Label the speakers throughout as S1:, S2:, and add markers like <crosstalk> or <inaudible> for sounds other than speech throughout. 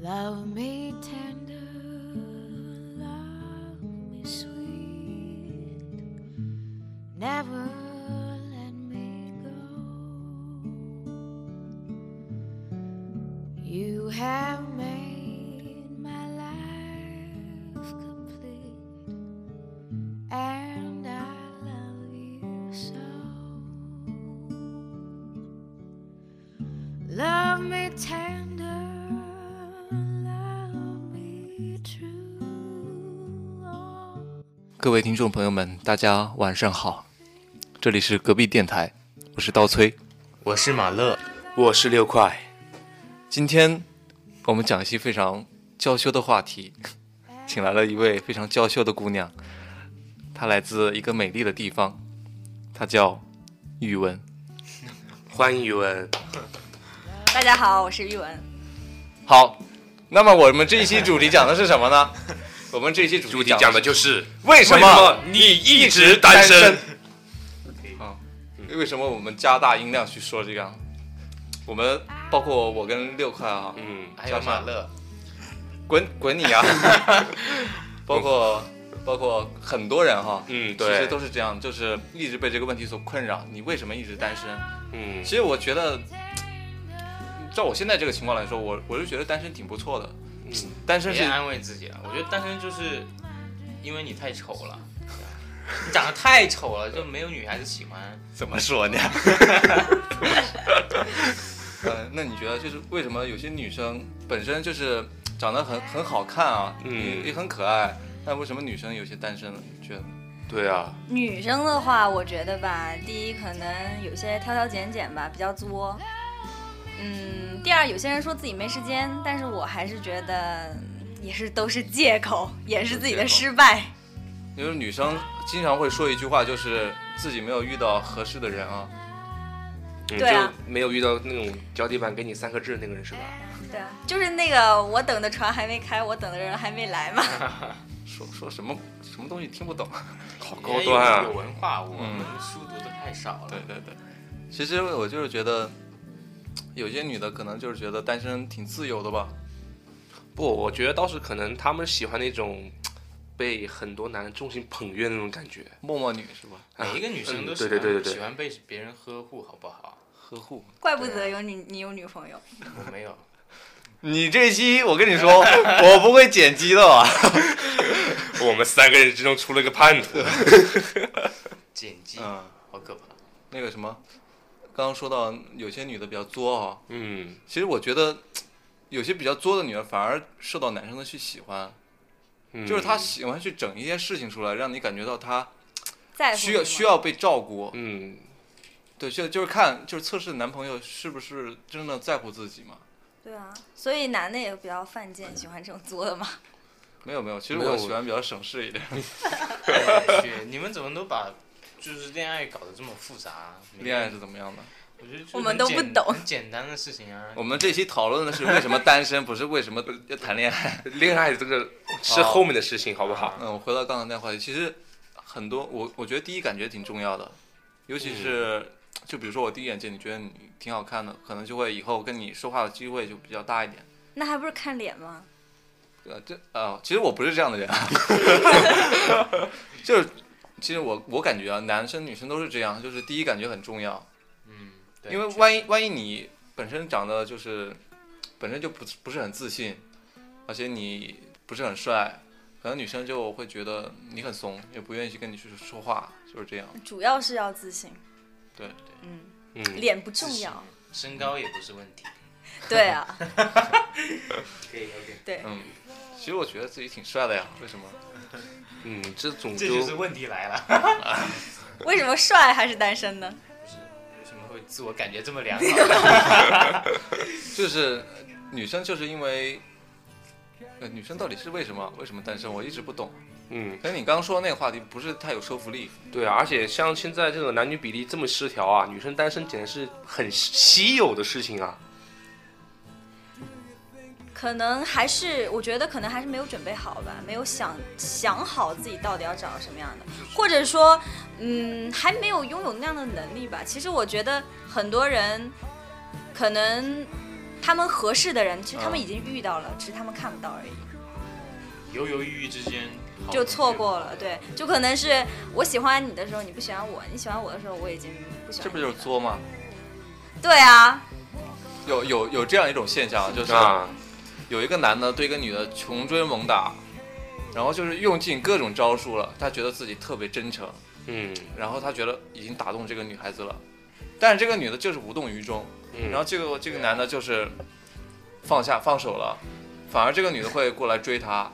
S1: Love me tender, love me sweet. Never let me go. You have made my life complete, and I love you so. Love me tender, love me true. Oh,
S2: 各位听众朋友们，大家晚上好，这里是隔壁电台，我是刀崔，
S3: 我是马乐，
S4: 我是六块，
S2: 今天我们讲一些非常娇羞的话题，请来了一位非常娇羞的姑娘，她来自一个美丽的地方，她叫宇文。
S4: 欢迎宇文。
S5: 大家好，我是玉文。
S2: 好，那么我们这一期主题讲的是什么
S4: <laughs>
S2: 呢？我们这一期主
S4: 主
S2: 题
S4: 题讲
S2: 的
S4: 的就是
S2: 为什么
S4: 你一直单身
S2: 身？。好，为什么我们加大音量去说这个？啊我们包括我跟六块啊，
S4: 嗯，
S3: 还有马乐，
S2: 滚滚你
S4: <laughs>
S2: 啊！包括包括很多人哈，
S4: 嗯
S2: 其
S4: 对
S2: 实都是这样，就是一直被这个问题所困扰。你为什么一直单身？
S4: 嗯
S2: 其实我觉得，照我现在这个情况来说，我我就觉得单身挺不错的。
S4: 嗯
S2: 单身
S3: 别
S2: 是
S3: 安慰自己了。我觉得单身就是因为你太丑了，你长得太丑了，就没有女孩子喜欢。
S2: 怎么说呢？呃，那你觉得就是为什么有些女生本身就是长得很很好看啊，
S4: 嗯
S2: 也也很可爱，但为什么女生有些单身呢？你觉得？
S4: 对啊，
S5: 女生的话，我觉得吧，第一可能有些挑挑拣拣吧，比较作。嗯，第二有些人说自己没时间，但是我还是觉得也是都是借口，也是自己的失败。
S2: 因为女生经常会说一句话，就是自己没有遇到合适的人啊。
S4: 你
S5: 对啊
S4: 就没有遇到那种脚底板给你三颗痣的那个人是吧？
S5: <laughs> 对啊，就是那个我等的船还没开，我等的人还没来嘛。
S2: 说说什么什么东西听不懂。
S4: 好
S3: 人
S4: 高
S3: 家
S4: 端
S3: 有
S4: 啊！
S3: 有文化，我
S2: 嗯
S3: 们书读的太少了。
S2: 对对对，其实我就是觉得，有些女的可能就是觉得单身挺自由的吧。
S4: 不，我觉得倒是可能他们喜欢那种被很多男人众星捧月的那种感觉。
S2: 默默女是吧？
S3: 每一个女生都
S4: 嗯
S3: 喜欢
S4: 对对对对对
S3: 喜欢被别人呵护，好不好？
S2: 呵护。
S5: 怪不得有你，你有女朋友。
S3: 我没有，
S2: 你这期我跟你说，我不会剪辑的啊。
S4: 我们三个人之中出了个叛 <laughs> 徒。
S3: 剪辑，
S2: 嗯，
S3: 好可怕。
S2: 那个什么，刚刚说到有些女的比较作啊，
S4: 嗯，
S2: 其实我觉得有些比较作的女人反而受到男生的去喜欢，
S4: 嗯
S2: 就是她喜欢去整一些事情出来，让你感觉到她
S5: 在乎
S2: 需
S5: 你
S2: 要
S5: 吗
S2: 需要被照顾。
S4: 嗯，
S2: 对，就就是看就是测试男朋友是不是真的在乎自己嘛。
S5: 对啊，所以男的也比较犯贱，喜欢这种作的嘛。
S2: 没有没有，其实
S4: 没有
S2: 我喜欢比较省事一点，
S3: 我去，你们怎么都把就是恋爱搞得这么复杂、每个
S2: 恋爱是怎么样的？
S3: 我觉得就是
S5: 我们
S3: 很
S5: 都不
S3: 简
S5: 懂
S3: 很简单的事情啊。
S4: 嗯
S2: 我们这期讨论的是为什么单身，不是为什么要谈恋爱。
S4: 恋爱这个是后面的事情，好不好？
S2: 嗯，我回到刚才那话题，其实很多我我觉得第一感觉挺重要的，尤
S4: 嗯
S2: 其是、就比如说我第一眼见你觉得你挺好看的，可能就会以后跟你说话的机会就比较大一点。
S5: 那还不是看脸吗？
S2: 呃，这呃，其实我不是这样的人，啊
S4: <laughs>
S2: 就是其实我我感觉啊，男生女生都是这样，就是第一感觉很重要，
S3: 嗯，对
S2: 因为
S3: 确
S2: 万一万一你本身长得就是本身就不是不是很自信，而且你不是很帅，可能女生就会觉得你很怂，也不愿意去跟你去说话，就是这样。
S5: 主要是要自信。
S2: 对
S3: 对
S5: 嗯，
S4: 嗯，
S5: 脸不
S3: 自
S5: 重
S3: 信
S5: 要。
S3: 身高也不是问题。
S5: 对啊，
S3: 可以，OK。
S5: 对，
S2: 嗯，其实我觉得自己挺帅的呀，为什么？
S4: 嗯，这种
S3: 这
S4: 就
S3: 就是问题来了。
S5: <laughs> 为什么帅还是单身呢？
S3: 为什么会自我感觉这么良好？
S5: <laughs>
S2: 就是女生就是因为，呃，女生到底是为什么为什么单身？我一直不懂。
S4: 嗯，
S2: 可是你刚刚说的那个话题不是太有说服力，
S4: 对啊，而且像现在这种男女比例这么失调啊，女生单身简直是很稀有的事情啊。
S5: 可能还是我觉得可能还是没有准备好吧，没有想想好自己到底要找什么样的，或者说，嗯，还没有拥有那样的能力吧。其实我觉得很多人可能他们合适的人，其实他们已经遇到了，
S2: 嗯
S5: 只是他们看不到而已。
S3: 犹犹豫豫之间
S2: 哦
S3: 好
S5: 就错过了，对，就可能是我喜欢你的时候你不喜欢我，你喜欢我的时候我已经不喜欢你了。
S2: 这不就是作吗？
S5: 对啊，
S2: 有有有这样一种现象，就是
S4: 啊，
S2: 有一个男的对一个女的穷追猛打，然后就是用尽各种招数了，他觉得自己特别真诚，
S4: 嗯
S2: 然后他觉得已经打动这个女孩子了，但是这个女的就是无动于衷，
S4: 嗯，
S2: 然后这个这个男的就是放下放手了，反而这个女的会过来追他，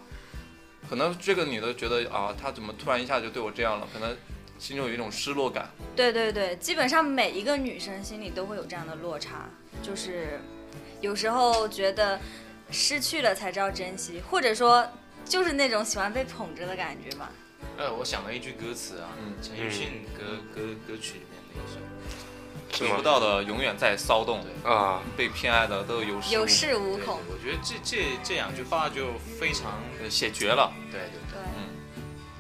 S2: 可能这个女的觉得啊，他怎么突然一下就对我这样了，可能心中有一种失落感。
S5: 对对对，基本上每一个女生心里都会有这样的落差，就是有时候觉得失去了才知道珍惜，或者说就是那种喜欢被捧着的感觉吧。
S3: 呃，我想到一句歌词啊，
S2: 嗯
S3: 陈奕迅歌歌歌曲里面的一首，
S4: 是
S2: 得
S4: 吗
S2: 不到的永远在骚动，
S3: 对
S4: 啊，
S2: 被偏爱的都有恃
S5: 有
S2: 无
S5: 恃无
S3: 对
S5: 恐，
S3: 我觉得这这这两句话就非常
S2: 呃写绝了，
S3: 对对
S5: 对。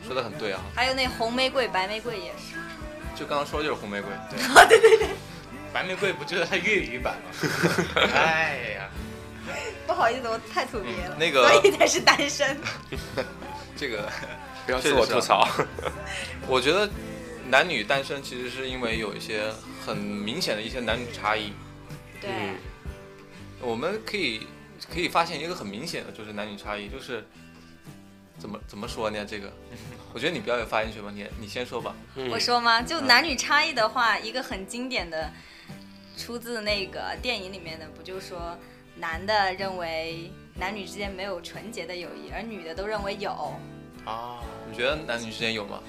S2: 说的很对啊。
S5: 还有那红玫瑰、白玫瑰也是，
S2: 就刚刚说的就是红玫瑰，对，
S5: 嗯
S3: 白玫瑰不就是它粤
S4: <laughs>
S3: 语版吗？哎呀，
S5: 不好意思，我太土鳖了，
S2: 嗯那个所
S5: 所以才是单身。 <laughs>
S2: 这个
S4: 不要自我吐槽，
S2: 我觉得男女单身其实是因为有一些很明显的一些男女差异，
S5: 对，
S4: 嗯
S2: 我们可以可以发现一个很明显的就是男女差异，就是怎么怎么说呢？这个，我觉得你比较有发言权吧，你你先说吧。
S4: 嗯
S5: 我说吗？就男女差异的话，一个很经典的，出自那个电影里面的，不就说男的认为男女之间没有纯洁的友谊，而女的都认为有。
S3: 啊，
S2: 你觉得男女之间有吗？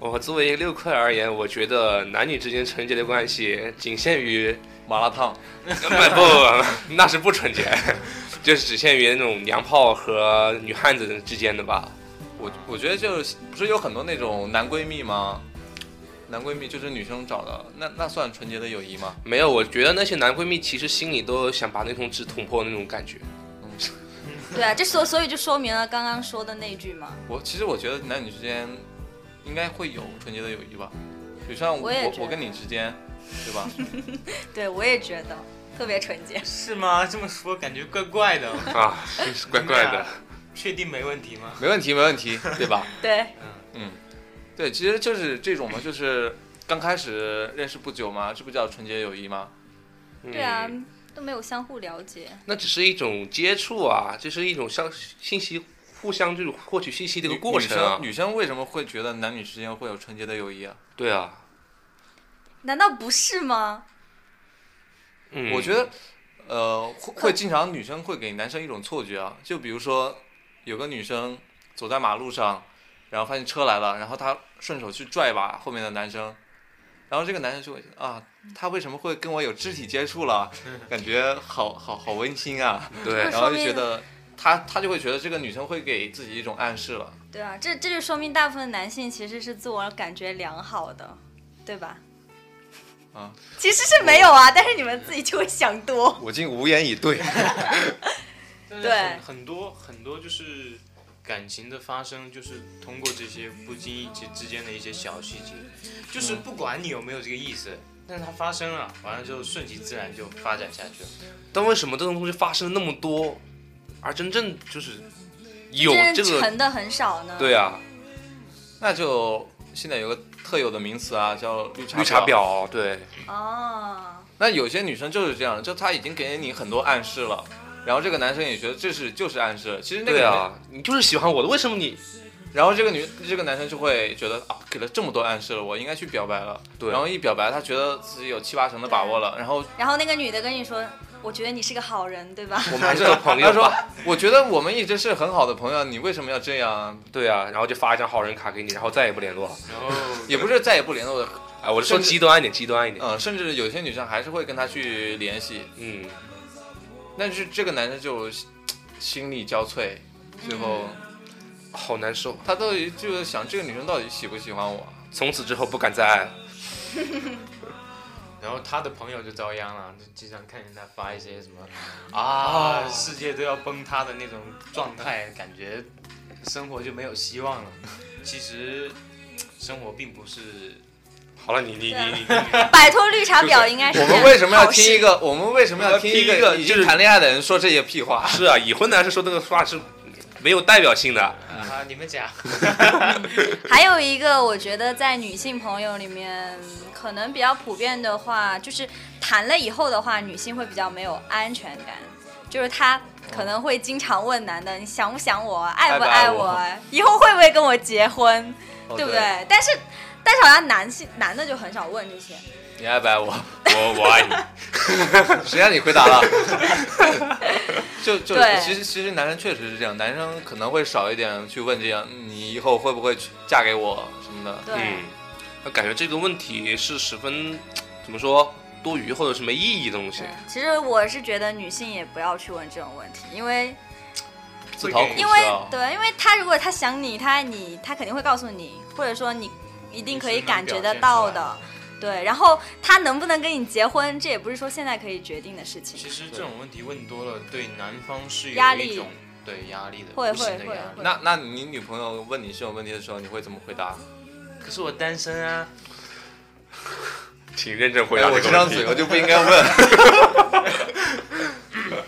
S4: 我作为一个六块而言，我觉得男女之间纯洁的关系仅限 <laughs> 于，
S2: 麻辣烫，
S4: 不不， <laughs> 那是不纯洁，就是只限于那种娘炮和女汉子之间的吧。
S2: 我我觉得就是不是有很多那种男闺蜜吗？男闺蜜就是女生找的，那那算纯洁的友谊吗？
S4: 没有，我觉得那些男闺蜜其实心里都想把那层纸捅破那种感 <laughs> 觉。嗯
S5: 对啊，这所所以就说明了刚刚说的那句嘛。
S2: 我其实我觉得男女之间应该会有纯洁的友谊吧，就像
S5: 我
S2: 我
S5: 也
S2: 我
S5: 觉得
S2: 跟你之间，对吧？
S5: 对，我也觉得特别纯
S4: <laughs>
S5: 洁。
S3: 是吗？这么说感觉怪怪的，
S4: 啊， <laughs> 怪怪的。
S5: 啊
S3: 确定没问题吗？
S2: 没问题，没问题， <laughs> 对吧？
S5: 对，
S2: 嗯，对，其实就是这种嘛，就是刚开始认识不久嘛，这不叫纯洁友谊吗？
S5: 对啊
S4: 嗯，
S5: 都没有相互了解。
S4: 那只是一种接触啊，这是一种相信息互相这种获取信息的一个过程啊
S2: 女生。女生为什么会觉得男女之间会有纯洁的友谊啊？
S4: 对啊，
S5: 难道不是吗？
S4: 嗯，
S2: 我觉得，呃，会会经常女生会给男生一种错觉啊，就比如说有个女生走在马路上，然后发现车来了，然后她顺手去拽一把后面的男生，然后这个男生就会啊，他为什么会跟我有肢体接触了？感觉好好好温馨啊，
S4: 对
S5: 那
S2: 然后
S5: 说
S2: 就
S5: 明
S2: 觉得他他就会觉得这个女生会给自己一种暗示了。
S5: 对啊，这这就说明大部分男性其实是自我感觉良好的，对吧？
S2: 啊，
S5: 其实是没有啊，但是你们自己就会想多。
S2: 我竟无言以对。
S3: 但是
S5: 对
S3: 很很多很多就是感情的发生，就是通过这些不经意之之间的一些小细节，就是不管你有没有这个意思，但是它发生了，完了之后顺其自然就发展下去了。
S4: 但为什么这种东西发生那么多，而真正就是有
S5: 真
S4: 这
S5: 正
S4: 个？
S5: 沉的很少呢。
S4: 对啊，
S2: 那就现在有个特有的名词啊，叫绿茶
S4: 绿茶。婊，对，
S2: 啊
S5: 哦，
S2: 那有些女生就是这样，就她已经给你很多暗示了，然后这个男生也觉得这是就是暗示，其实那个
S4: 对
S2: 女
S4: 啊，你就是喜欢我的，为什么你？
S2: 然后这个女这个男生就会觉得啊，给了这么多暗示了，我应该去表白了。
S4: 对
S2: 然后一表白，他觉得自己有七八成的把握
S4: <laughs>
S2: 了，然后
S5: 然后那个女的跟你说，我觉得你是个好人，对吧？ <laughs>
S4: 我们还是个朋友
S2: 他说
S4: 吧。，
S2: 我觉得我们一直是很好的朋友，你为什么要这样？
S4: <laughs> 对啊，然后就发一张好人卡给你，然后再也不联络了。
S3: 然后
S2: 也不是再也不联络了，
S4: 哎，我是说
S2: 甚至
S4: 极端一点，极端一点。
S2: 嗯，甚至有些女生还是会跟他去联系，
S4: 嗯，
S2: 但是这个男生就心力交瘁，最后
S4: 嗯好难受。啊
S2: 他到底就是想这个女生到底喜不喜欢我？
S4: 从此之后不敢再爱了。
S3: <laughs> 然后他的朋友就遭殃了，就经常看见他发一些什么啊，世界都要崩塌的那种状态，感觉 <laughs> 生活就没有希望了。其实生活并不是
S4: 好了，你你你你，
S5: 摆脱绿茶婊应该 <laughs> 是
S2: 我们为什么要听一个？我们为什么要听一
S4: 我要
S2: 个
S4: 听一个
S2: 已
S4: 就
S2: 经
S4: 是
S2: 谈恋爱的人说这些屁话？
S4: 是啊，已婚男是说这个话是没有代表性的。 <laughs>
S3: 啊，你们讲，
S5: <laughs> 还有一个，我觉得在女性朋友里面，可能比较普遍的话，就是谈了以后的话，女性会比较没有安全感，就是她可能会经常问男的，你想不想我啊，爱不爱我啊，以后会不会跟我结婚，
S2: 哦
S5: 对不？对？但是，但是好像男性男的就很少问这些，
S2: 你爱不爱我？
S4: 我我爱你，
S2: 谁让你回答了？ <laughs> 就就
S5: 对
S2: 其实其实男人确实是这样，男生可能会少一点去问这样，嗯你以后会不会去嫁给我什么的。
S5: 对，
S4: 嗯，那感觉这个问题是十分怎么说多余或者是没意义的东西
S5: 对。其实我是觉得女性也不要去问这种问题，因为
S2: 自讨苦
S3: 不
S2: 吃
S5: 因为
S2: 啊。
S5: 对，因为他如果他想你，他爱你，他肯定会告诉你，或者说你一定可以感觉得到的。对，然后他能不能跟你结婚，这也不是说现在可以决定的事
S3: 其
S5: 情。
S3: 实这种问题问多了，对男方是
S5: 压
S3: 有
S5: 力
S3: 一种对压力的，
S5: 会
S3: 无形的
S5: 会
S3: 压力
S5: 会
S2: 那那你女朋友问你这种问题的时候，你会怎么回答？
S3: 可是我单身啊，
S4: 请认真回
S2: 哎
S4: 答
S2: 我
S4: 这
S2: 这
S4: 个
S2: 张
S4: 问题
S2: 嘴。我就不应该问。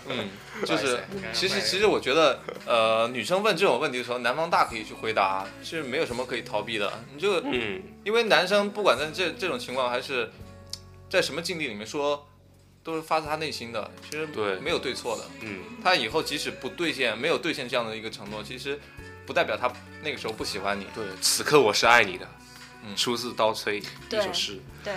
S2: 嗯，就是
S3: 不好意思
S2: 其实其实我觉得，呃，女生问这种问题的时候，男方大可以去回答，是没有什么可以逃避的。你就
S4: 嗯，
S2: 因为男生不管在这这种情况还是在什么境地里面说，都是发自他内心的，其实
S4: 对
S2: 没有对错的。
S4: 嗯，
S2: 他以后即使不兑现，没有兑现这样的一个承诺，其实不代表他那个时候不喜欢你。
S4: 对，此刻我是爱你的，
S2: 嗯
S4: 出自刀崔一
S5: 对
S4: 首诗。
S5: 对，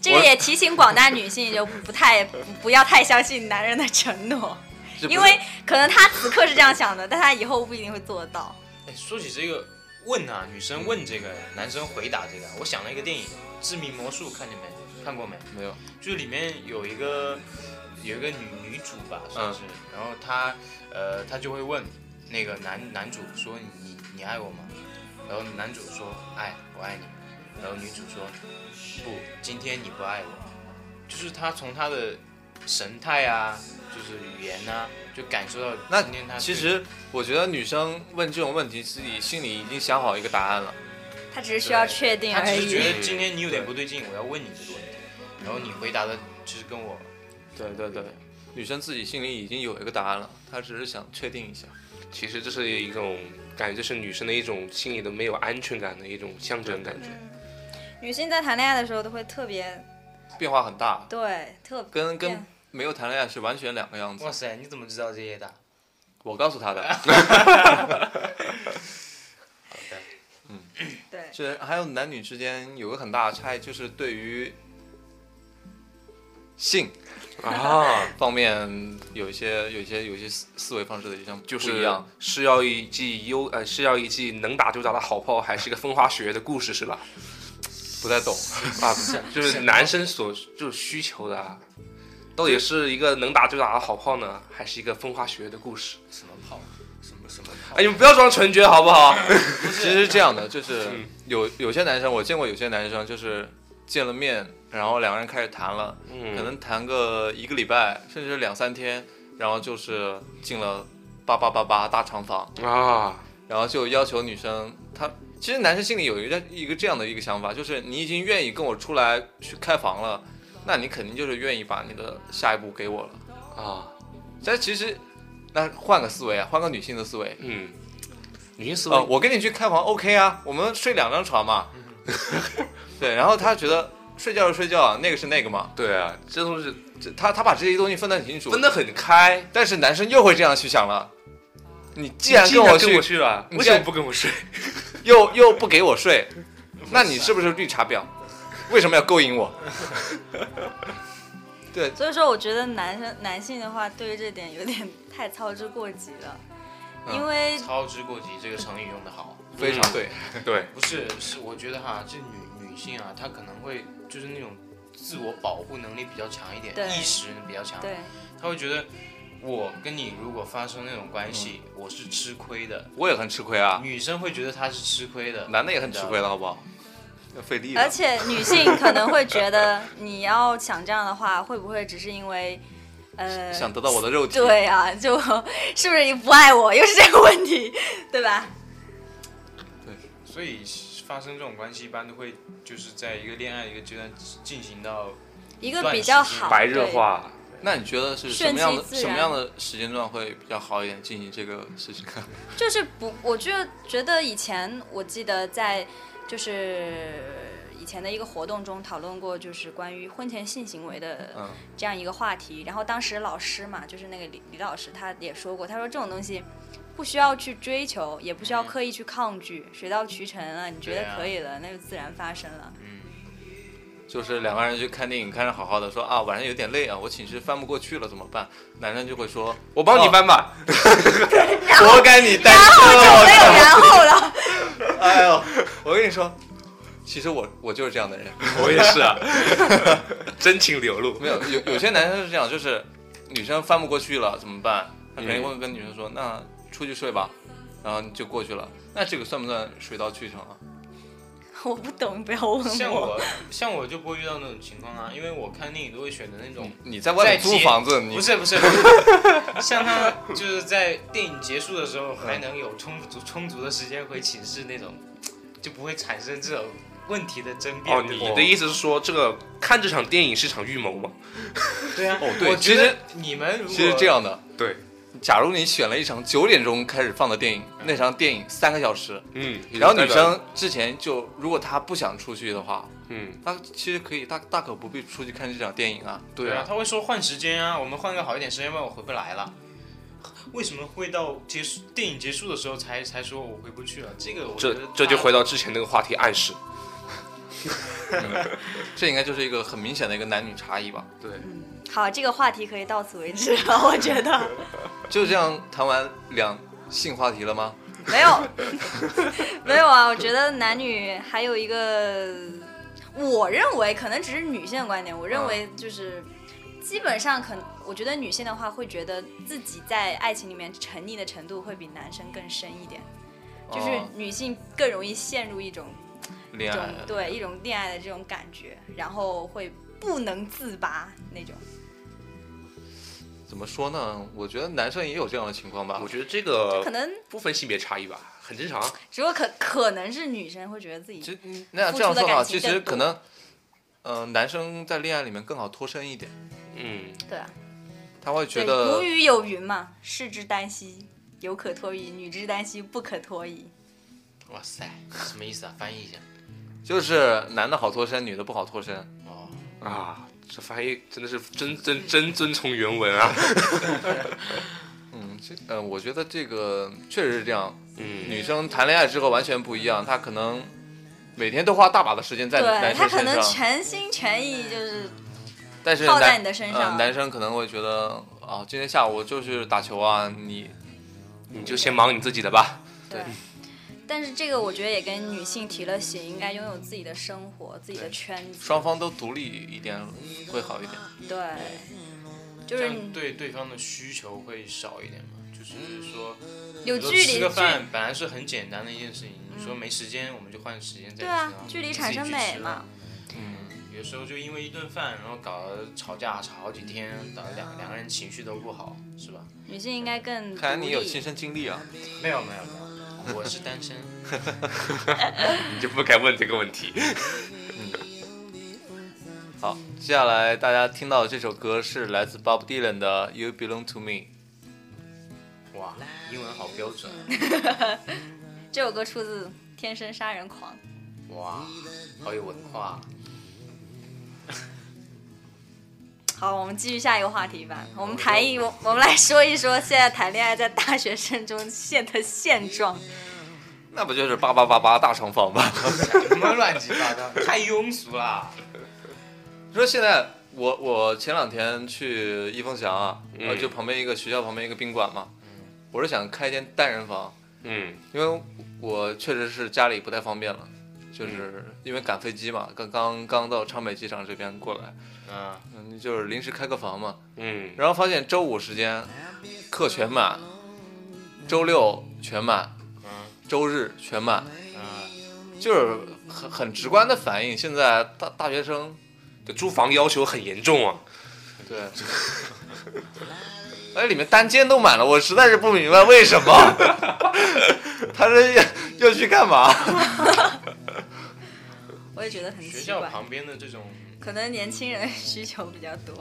S5: 这个也提醒广大女性，就不太不不要太相信男人的承诺，
S2: 这不是
S5: 因为可能他此刻是这样想的，但他以后不一定会做得到。
S3: 哎，说起这个问啊，女生问这个，男生回答这个，啊我想了一个电影《致命魔术》，看见没？看过没？
S2: 没有，
S3: 就是里面有一个有一个女女主吧，
S2: 嗯
S3: 算是，然后她呃，她就会问那个男男主说你你爱我吗？然后男主说爱，我爱你。然后女主说不，今天你不爱我。就是她从她的神态啊，就是语言呐、就感受到
S2: 那
S3: 今天她
S2: 其实我觉得女生问这种问题，自己心里已经想好一个答案了。
S5: 他只是需要
S3: 对
S5: 确定
S3: 他
S5: 而
S3: 只是觉
S5: 已。
S3: 得今天你有点不对劲，我要问你这个问题，然后你回答的就是跟我
S4: 对对对，
S2: 女生自己心里已经有一个答案了，她只是想确定一下。
S4: 其实这是一种感觉，这是女生的一种心里的没有安全感的一种象征感
S5: 嗯
S4: 觉。
S5: 女性在谈恋爱的时候都会特别
S2: 变化很大，
S5: 对特
S2: 跟跟
S5: 变
S2: 没有谈恋爱是完全两个样子
S3: 哇。塞，你怎么知道这些的？
S2: 我告诉她的。
S5: 对
S2: 是，还有男女之间有个很大的差异，就是对于性
S4: 啊，
S2: <laughs> 方面有一些、有一些、有一些思思维方式的一样，
S4: 就
S2: 不一
S4: 是
S2: 样。
S4: 是要一记优呃是要一记能打就打的好炮，还是一个风花雪月的故事是吧？
S2: 不太懂。
S4: 啊， <laughs> 就是男生所就是需求的啊，到底是一个能打就打的好炮呢，还是一个风花雪月的故事？
S3: 什么炮？什么什么炮？
S4: 哎，你们不要装纯洁好不嗯好？
S2: 其实是这样的，
S4: <laughs>
S2: 就是有有些男生，我见过有些男生就是见了面，然后两个人开始谈了，
S4: 嗯
S2: 可能谈个一个礼拜，甚至两三天，然后就是进了八八八八大厂房，
S4: 啊，
S2: 然后就要求女生，她其实男生心里有一个一个这样的一个想法，就是你已经愿意跟我出来去开房了，那你肯定就是愿意把你的下一步给我了。
S4: 啊，
S2: 但其实，那换个思维啊，换个女性的思维，
S4: 嗯，女性思维
S3: 哦
S2: 呃，我跟你去开房 OK 啊，我们睡两张床嘛。 <laughs> 对，然后他觉得睡觉是睡觉，那个是那个嘛，
S4: 对啊，这都是
S2: 这他他把这些东西分得很清楚，
S4: 分得很开。
S2: 但是男生又会这样去想了，你既然跟我
S4: 去，
S2: 去，
S4: 了，
S2: 你
S4: 为
S2: 既
S4: 什
S2: 然
S4: 么不跟我睡？
S2: 又又不给我睡，那你是不是绿茶婊？为什么要勾引我？对，
S5: 所以说，我觉得男生男性的话，对于这点有点 <laughs> 太操之过急了，
S2: 嗯
S5: 因为
S3: 操之过急这个成语用的好，
S2: 非
S5: 嗯
S2: 常对，
S4: <laughs> 对，
S3: 不是是我觉得哈，这女女性啊，她可能会就是那种自我保护能力比较强一点，
S5: 对
S3: 意识比较强，
S5: 对
S3: 她会觉得我跟你如果发生那种关系，
S5: 嗯
S3: 我是吃亏的。
S2: 我也很吃亏啊，
S3: 女生会觉得她是吃亏的，
S2: 男的也很吃亏了，好不好？要费力了
S5: 而且女性可能会觉得，你要想这样的话，会不会只是因为，呃，
S2: 想得到我的肉体，
S5: 对啊，就是不 <laughs> 是不爱我，又是这个问题，对吧？
S3: 所以发生这种关系，一般都会就是在一个恋爱一个阶段进行到
S5: 一个比较好
S4: 白热，化，
S2: 那你觉得是什么样的
S5: 顺其自然
S2: 什么样的时间段会比较好一点进行这个事情？ <laughs>
S5: 对就是不，我就觉得以前我记得在就是以前的一个活动中讨论过，就是关于婚前性行为的
S2: 嗯
S5: 这样一个话题。然后当时老师嘛，就是那个李李老师，他也说过，他说这种东西不需要去追求，也不需要
S3: 嗯
S5: 刻意去抗拒，水到渠成了，你觉
S3: 对
S5: 得
S3: 啊
S5: 可以了，那就自然发生
S3: <laughs>
S5: 了。
S3: 嗯，
S2: 就是两个人去看电影，看着好好的，说啊晚上有点累啊，我寝室翻不过去了怎么办？男生就会
S5: <laughs>
S2: 说，
S4: 我帮你
S2: 哦
S4: 搬吧。
S2: 活该你单
S5: 没
S2: 身。啊
S5: 有然后了， <laughs>
S2: 哎呦，我跟你说，其实我我就是这样的人。
S4: 我也 <laughs> 是啊，真情流露。
S2: 没有，有有些男生是这样，就是女生翻不过去了怎么办？他肯定会跟女生说：“那出去睡吧。”
S5: 嗯
S2: 然后就过去了。那这个算不算水到渠成啊？
S5: 我不懂，不要问 <laughs>
S3: 像我像我就不会遇到那种情况啊，因为我看电影都会选择那
S4: 嗯
S3: 种
S2: 你在外面
S3: 在
S2: 租
S3: 街
S2: 房子，你
S3: 不是不是，像他就是在电影结束的时候还能有充足充足的时间回寝室那种，就不会产生这种问题的争辩。
S4: 哦，你
S3: 对不
S4: 的
S3: 对
S4: 意思是说，这个看这场电影是场预谋吗？
S3: 对啊，
S2: 哦对
S3: 我觉
S2: 其实
S3: 得你们如果
S2: 其实这，样的。
S4: 对，
S2: 假如你选了一场九点钟开始放的电影，那场电影三个小时，
S4: 嗯，
S2: 然后
S4: 也
S2: 女
S4: 就嗯代表，
S2: 生之前就如果她不想出去的话，
S4: 嗯，
S2: 她其实可以大大可不必出去看这场电影啊。
S4: 对
S3: 对啊，
S4: 啊，
S3: 他会说换时间啊，我们换个好一点时间，不然我回不来了。为什么会到结束电影结束的时候才才说我回不去了？这个我觉
S4: 这
S3: 得
S4: 这就
S3: 他
S4: 回到之前那个话题，暗示。
S2: 这应该就是一个很明显的一个男女差异吧。
S4: 对，
S5: 好，这个话题可以到此为止了，我觉得
S2: 就这样谈完两性话题了吗？
S5: 没有， <laughs> 没有啊。我觉得男女还有一个，我认为可能只是女性的观点，我认
S2: 嗯
S5: 为就是。基本上可能，我觉得女性的话会觉得自己在爱情里面沉溺的程度会比男生更深一点，就是
S2: 哦
S5: 女性更容易陷入一种
S2: 恋
S5: 一
S2: 爱
S5: 种对一种恋爱的这种感觉，然后会不能自拔那种。
S2: 怎么说呢？我觉得男生也有这样的情况吧
S4: 我。觉得啊这
S2: 哦
S4: 个
S5: 可能
S4: 不分性别差异吧，很正常。
S5: 只不过可可能是女生会觉得自己
S2: 其实那样
S5: 嗯付
S2: 这样
S5: 出的
S2: 说
S5: 感
S2: 法，
S5: 情
S2: 其实
S5: 更多
S2: 可能，呃，男生在恋爱里面更好脱身一点，
S4: 嗯，
S5: 对啊，
S2: 他会觉
S5: 对
S2: 得
S5: 古语有云嘛，士之耽兮，犹可脱衣；女之耽兮，不可脱衣。
S3: 哇塞，什么意思啊？翻译一下。
S2: 就是 <laughs> 男的好脱身，女的不好脱身。
S3: 哦，
S4: 啊，这翻译真的是真真真遵从原文啊。
S2: 嗯，这呃，我觉得这个确实是这样。
S4: 嗯，
S2: 女生谈恋爱之后完全不一样，她可能每天都花大把的时间在男
S5: 他
S2: 生
S5: 可
S2: 身
S5: 能
S2: 上，
S5: 全心全意就是
S2: 但是
S5: 泡在
S2: 男
S5: 你的身
S2: 嗯
S5: 上
S2: 男生可能会觉得啊，今天下午我就是打球啊，你
S4: 你就先忙你自己的吧。
S5: 对
S2: 对。
S5: 但是这个我觉得也跟女性提了醒，应该拥有自己的生活、自己的圈子。
S2: 双方都独立一点会好一点。
S5: 对，就
S3: 这
S5: 是
S3: 样对对方的需求会少一点嘛？就是说，
S5: 有
S3: 比如说
S5: 距离
S3: 吃
S5: 距嗯
S3: 个饭本来是很简单的一件事情，你说没时间，我们就换时间再
S5: 对
S3: 去
S5: 啊
S3: 吃，
S5: 距离产生美嘛。。
S3: 你自己去吃啊有时候就因为一顿饭，然后搞得吵架吵好几天，搞得两两个人情绪都不好，是吧？
S5: 女性应该
S2: 嗯
S5: 更
S2: 看来
S5: 独
S2: 你有
S5: 立
S2: 亲身经历啊。
S3: 没有没有没有，我是单身。
S4: 你就不该问这个问题。
S2: 好，接下来大家听到的这首歌是来自 Bob Dylan 的《You Belong to Me》。
S3: 哇，英文好标准。
S5: 这首歌出自《天生杀人狂》。
S3: 哇，好有文化。
S5: 好，我们继续下一个话题吧。我们谈一，我我们来说一说现在谈恋爱在大学生中现的现状。
S2: 那不就是八八八八大床房吗？ <laughs>
S3: 什么乱七八糟，太庸
S5: <laughs>
S3: 俗啦！
S2: 你说现在我我前两天去一凤祥啊，
S4: 嗯
S2: 呃、就旁边一个学校旁边一个宾馆嘛，我是想开一间单人房，
S4: 嗯，
S2: 因为我确实是家里不太方便了，就是因为赶飞机嘛，刚刚刚到昌北机场这边过来，
S3: 嗯，
S2: 嗯，就是临时开个房嘛，
S4: 嗯，
S2: 然后发现周五时间课全满，周六全满，周日全满，就是很很直观的反映现在大大学生
S4: 这租房要求很严重啊。
S2: 对， <laughs> 哎，里面单间都满了，我实在是不 <laughs> 明白为什么，他是要要去干嘛？
S5: 我也觉得很
S3: 学
S5: 奇
S3: 校
S5: 怪。
S3: 旁边的这种
S5: 可能年轻人 <laughs> 需求比较多，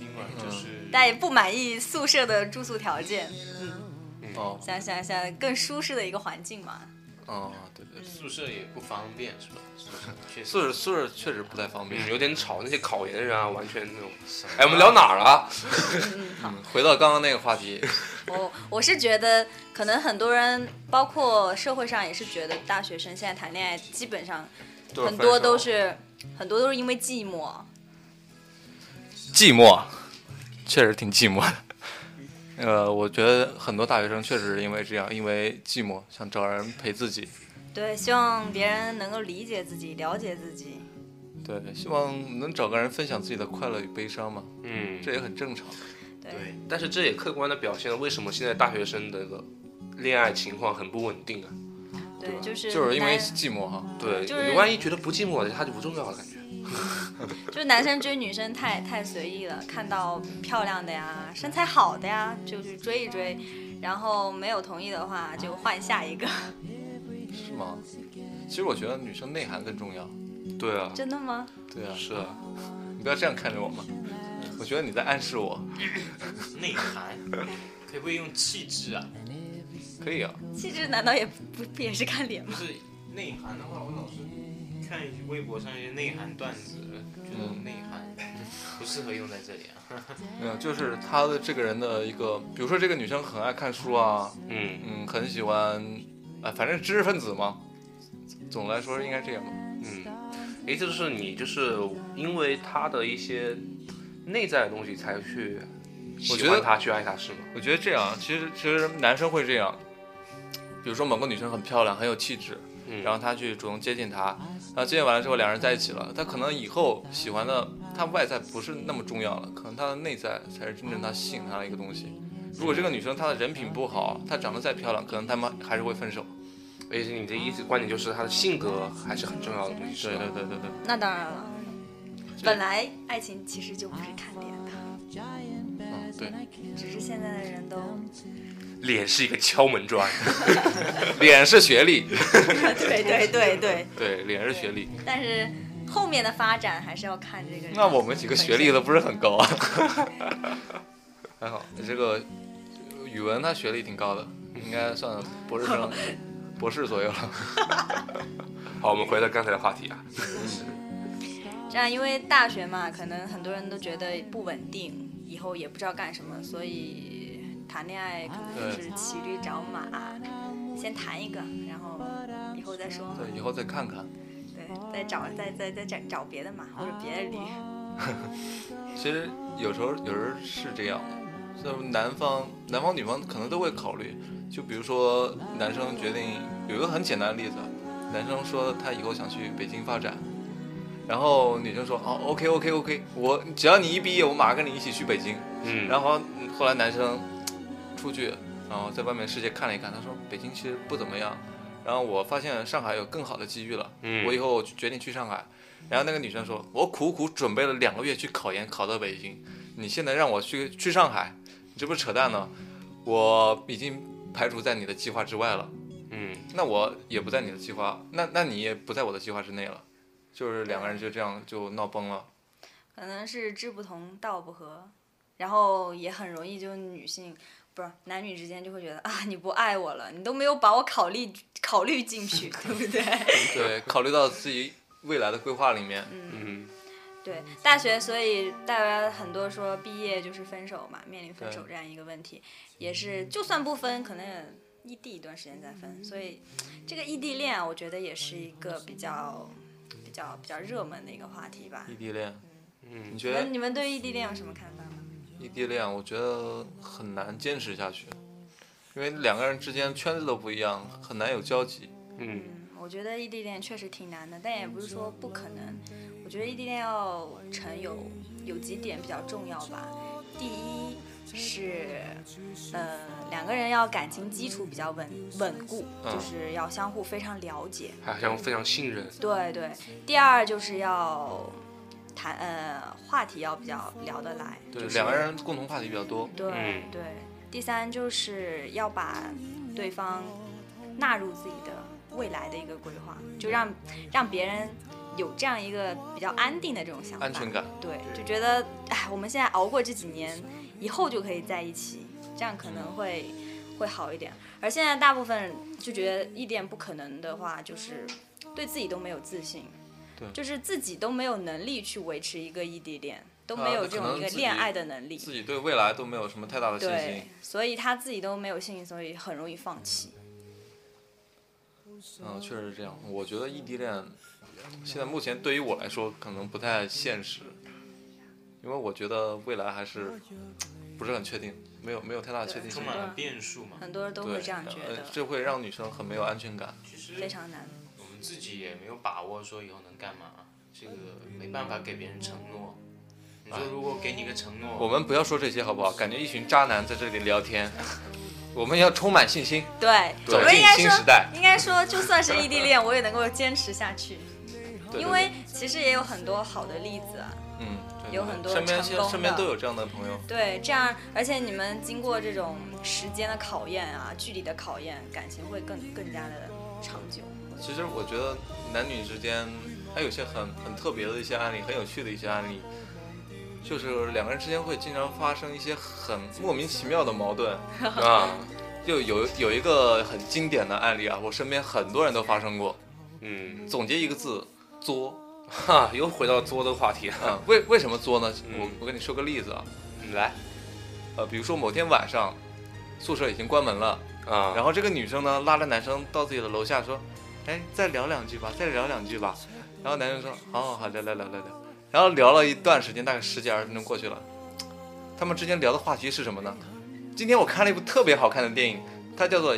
S3: 宾馆就是，
S5: 嗯
S3: 呃
S5: 但也不满意宿舍的住宿条件，
S2: 哦
S5: 想想想更舒适的一个环境嘛。
S2: 哦，对对，
S3: 宿舍也不方便是吧？宿舍确
S2: 宿
S3: 实
S2: 舍宿舍确实不太方
S4: 嗯，
S2: 便。
S4: 有点吵，那些考研的人啊，完全那种。
S3: 什么
S4: 哎，我们聊哪儿了？
S5: 嗯，好。
S2: 回到刚刚那个话题，
S5: 我我是觉得，可能很多人，包括社会上也是觉得，大学生现在谈恋爱基本上
S4: 都是
S5: 很多
S4: 分手
S5: 都是很多都是因为寂寞。
S2: 寂寞，确实挺寂寞的。 <laughs> 呃，我觉得很多大学生确实是因为这样，因为寂寞，想找人陪自己。
S5: 对，希望别人能够理解自己，了解自己。
S2: 对，希望能找个人分享自己的快乐与悲伤嘛，
S4: 嗯，
S2: 这也很正常。
S5: 对，
S3: 对，
S4: 但是这也客观的表现了为什么现在大学生的个恋爱情况很不稳定啊。
S5: 对
S4: 对
S5: 就是
S2: 就是因为
S5: 男
S2: 寂寞哈。
S4: 对，
S5: 就是
S4: 你万一觉得不寂寞，他就不重要了，感觉。
S5: 就是男生追女生太太随意了，看到漂亮的呀、身材好的呀，就去追一追，然后没有同意的话就换下一个。 <laughs>
S2: 是吗？其实我觉得女生内涵更重要。
S4: 对啊，
S5: 真的吗？
S2: 对啊，
S4: 是啊，
S2: 你不要这样看着我嘛。我觉得你在暗示我，
S3: 内涵，可不可以用气质啊？
S2: 可以啊。
S5: 气质难道也不 <laughs> 不也是看脸
S3: 就
S5: 吗？
S3: 是内涵的话，我老是看一些微博上一些内涵段子，觉得内 <laughs> 涵不适合用在这里啊。
S2: 没有，就是她的这个人的一个，比如说这个女生很爱看书啊，
S4: 嗯
S2: 嗯，很喜欢，啊、反正知识分子嘛。总的来说应该这样吧。
S4: 嗯，也就是你就是因为他的一些内在的东西才去
S2: 我
S4: 喜
S2: 觉得
S4: 欢他，去爱他，是吗？
S2: 我觉得这样，其实其实男生会这样，比如说某个女生很漂亮，很有气质，
S4: 嗯，
S2: 然后他去主动接近她，然后接近完了之后，两人在一起了。他可能以后喜欢的，他外在不是那么重要了，可能他的内在才是真正他吸引他的一个东西。如果这个女生她的人品不好，她长得再漂亮，可能他们还是会分手。
S4: 也就是你的意思观点就是他的性格还是很重要的东西，是
S2: 对
S4: 吧
S2: 对对对对，
S5: 那当然了，本来爱情其实就不是看脸的，
S2: 嗯对， <laughs>
S5: 只是现在的人都
S2: 嗯
S4: 脸是一个敲门砖。
S2: 脸是学历，
S5: <laughs> 对对对
S2: <laughs>
S5: 对，
S2: 对，脸是学历。
S5: 但是后面的发展还是要看这个人。
S2: 那我们几个学历都不是很高啊， <laughs> 还好你这个语文他学历挺高的，应该算博士生，博士左右了。
S4: 好，我们回到刚才的话题啊。
S5: 这样，因为大学嘛，可能很多人都觉得不稳定，以后也不知道干什么，所以谈恋爱可能就是骑驴找马，先谈一个，然后以后再说，
S2: 对，以后再看看。
S5: 对，再找再再再找找别的马或者别的驴。
S2: 其实有时候有人是这样的，就是男方男方女方可能都会考虑，就比如说男生决定有一个很简单的例子，男生说他以后想去北京发展，然后女生说哦 OK OK OK，我只要你一毕业，我马上跟你一起去北京。
S4: 嗯，
S2: 然后嗯后来男生出去，然后在外面世界看了一看，他说北京其实不怎么样，然后我发现上海有更好的机遇了，
S4: 嗯
S2: 我以后决定去上海。然后那个女生说，我苦苦准备了两个月去考研，考到北京，你现在让我去去上海，你这不是扯淡呢？我已经排除在你的计划之外了，
S4: 嗯，
S2: 那我也不在你的计划，那那你也不在我的计划之内了，就是两个人就这样就闹崩了。
S5: 可能是志不同道不合，然后也很容易就女性不是男女之间就会觉得啊你不爱我了，你都没有把我考虑考虑进去，对不对？
S2: 对，考虑到自己未来的规划里面，
S4: 嗯，
S5: 对，大学，所以大家很多说毕业就是分手嘛，面临分手
S2: 对
S5: 这样一个问题，也是就算不分，可能也异地一段时间再分，所以这个异地恋啊，我觉得也是一个比较比较比较热门的一个话题吧。
S2: 异地恋。
S4: 嗯
S2: 你
S5: 你
S2: 觉得
S5: 们你们对异地恋有什么看法吗？
S2: 异地恋，我觉得很难坚持下去，因为两个人之间圈子都不一样，很难有交集。
S4: 嗯，
S5: 嗯，我觉得异地恋确实挺难的，但也不是说不可能。我觉得异地恋要成有有几点比较重要吧。第一是，呃，两个人要感情基础比较稳稳固，
S2: 嗯
S5: 就是要相互非常了解。
S4: 还好像非常信任。
S5: 对对。第二就是要谈呃话题要比较聊得来，
S2: 对，
S5: 就是
S2: 两个人共同话题比较多。
S5: 对、
S4: 嗯
S5: 对。第三就是要把对方纳入自己的未来的一个规划，就让让别人有这样一个比较安定的这种想法，
S2: 安全感。
S5: 对，就觉得哎，我们现在熬过这几年，以后就可以在一起，这样可能会会好一点。而现在大部分人就觉得异地恋不可能的话，就是对自己都没有自信，
S2: 对
S5: 就是自己都没有能力去维持一个异地恋，都
S2: 啊
S5: 没有
S2: 那
S5: 这
S2: 可
S5: 种
S2: 能
S5: 一个
S2: 自
S5: 恋
S2: 己
S5: 爱的能力，
S2: 自己对未来都没有什么太大的信
S5: 对
S2: 心。，
S5: 所以他自己都没有信心，所以很容易放弃。
S2: 嗯，确实是这样。我觉得异地恋现在目前对于我来说可能不太现实，因为我觉得未来还是不是很确定，没有没有太大的确定性
S3: 充。满了变数嘛。
S5: 很多人都
S2: 对
S5: 会，这样觉
S2: 呃
S5: 得，
S2: 这会让女生很没有安全感。
S3: 其实
S5: 非常难。
S3: 我们自己也没有把握说以后能干嘛，这个没办法给别人承诺。你说如果给你个承诺，
S2: 我们不要说这些好不好？感觉一群渣男在这里聊天。 <laughs> 我们要充满信心，
S5: 对，
S2: 走
S5: 我
S2: 进
S5: 应该
S2: 新时
S5: 说，
S2: 代。
S5: 应该说，就算是异地恋，我也能够坚持下去，
S2: 对
S5: 因为其实也有很多好的例子啊。
S2: 对对嗯，对对
S5: 有很多
S2: 身边
S5: 成功的
S2: 身边都有这样的朋友。
S5: 对，这样，而且你们经过这种时间的考验啊，距离的考验，感情会更更加的长久。
S2: 其实我觉得男女之间还有一些很很特别的一些案例，很有趣的一些案例，就是两个人之间会经常发生一些很莫名其妙的矛盾。
S4: 啊，
S2: 就有有一个很经典的案例啊，我身边很多人都发生过。
S4: 嗯，
S2: 总结一个字，作。
S4: 哈，又回到作的话题了。
S2: 啊，为为什么作呢？
S4: 嗯
S2: 我我跟你说个例子啊，
S4: 你来
S2: 呃，比如说某天晚上，宿舍已经关门了，
S4: 啊，
S2: 然后这个女生呢拉着男生到自己的楼下说：“哎，再聊两句吧，再聊两句吧。”然后男生说：“好好好，聊聊聊聊聊。”然后聊了一段时间，大概十几二十分钟过去了，他们之间聊的话题是什么呢？今天我看了一部特别好看的电影，它叫做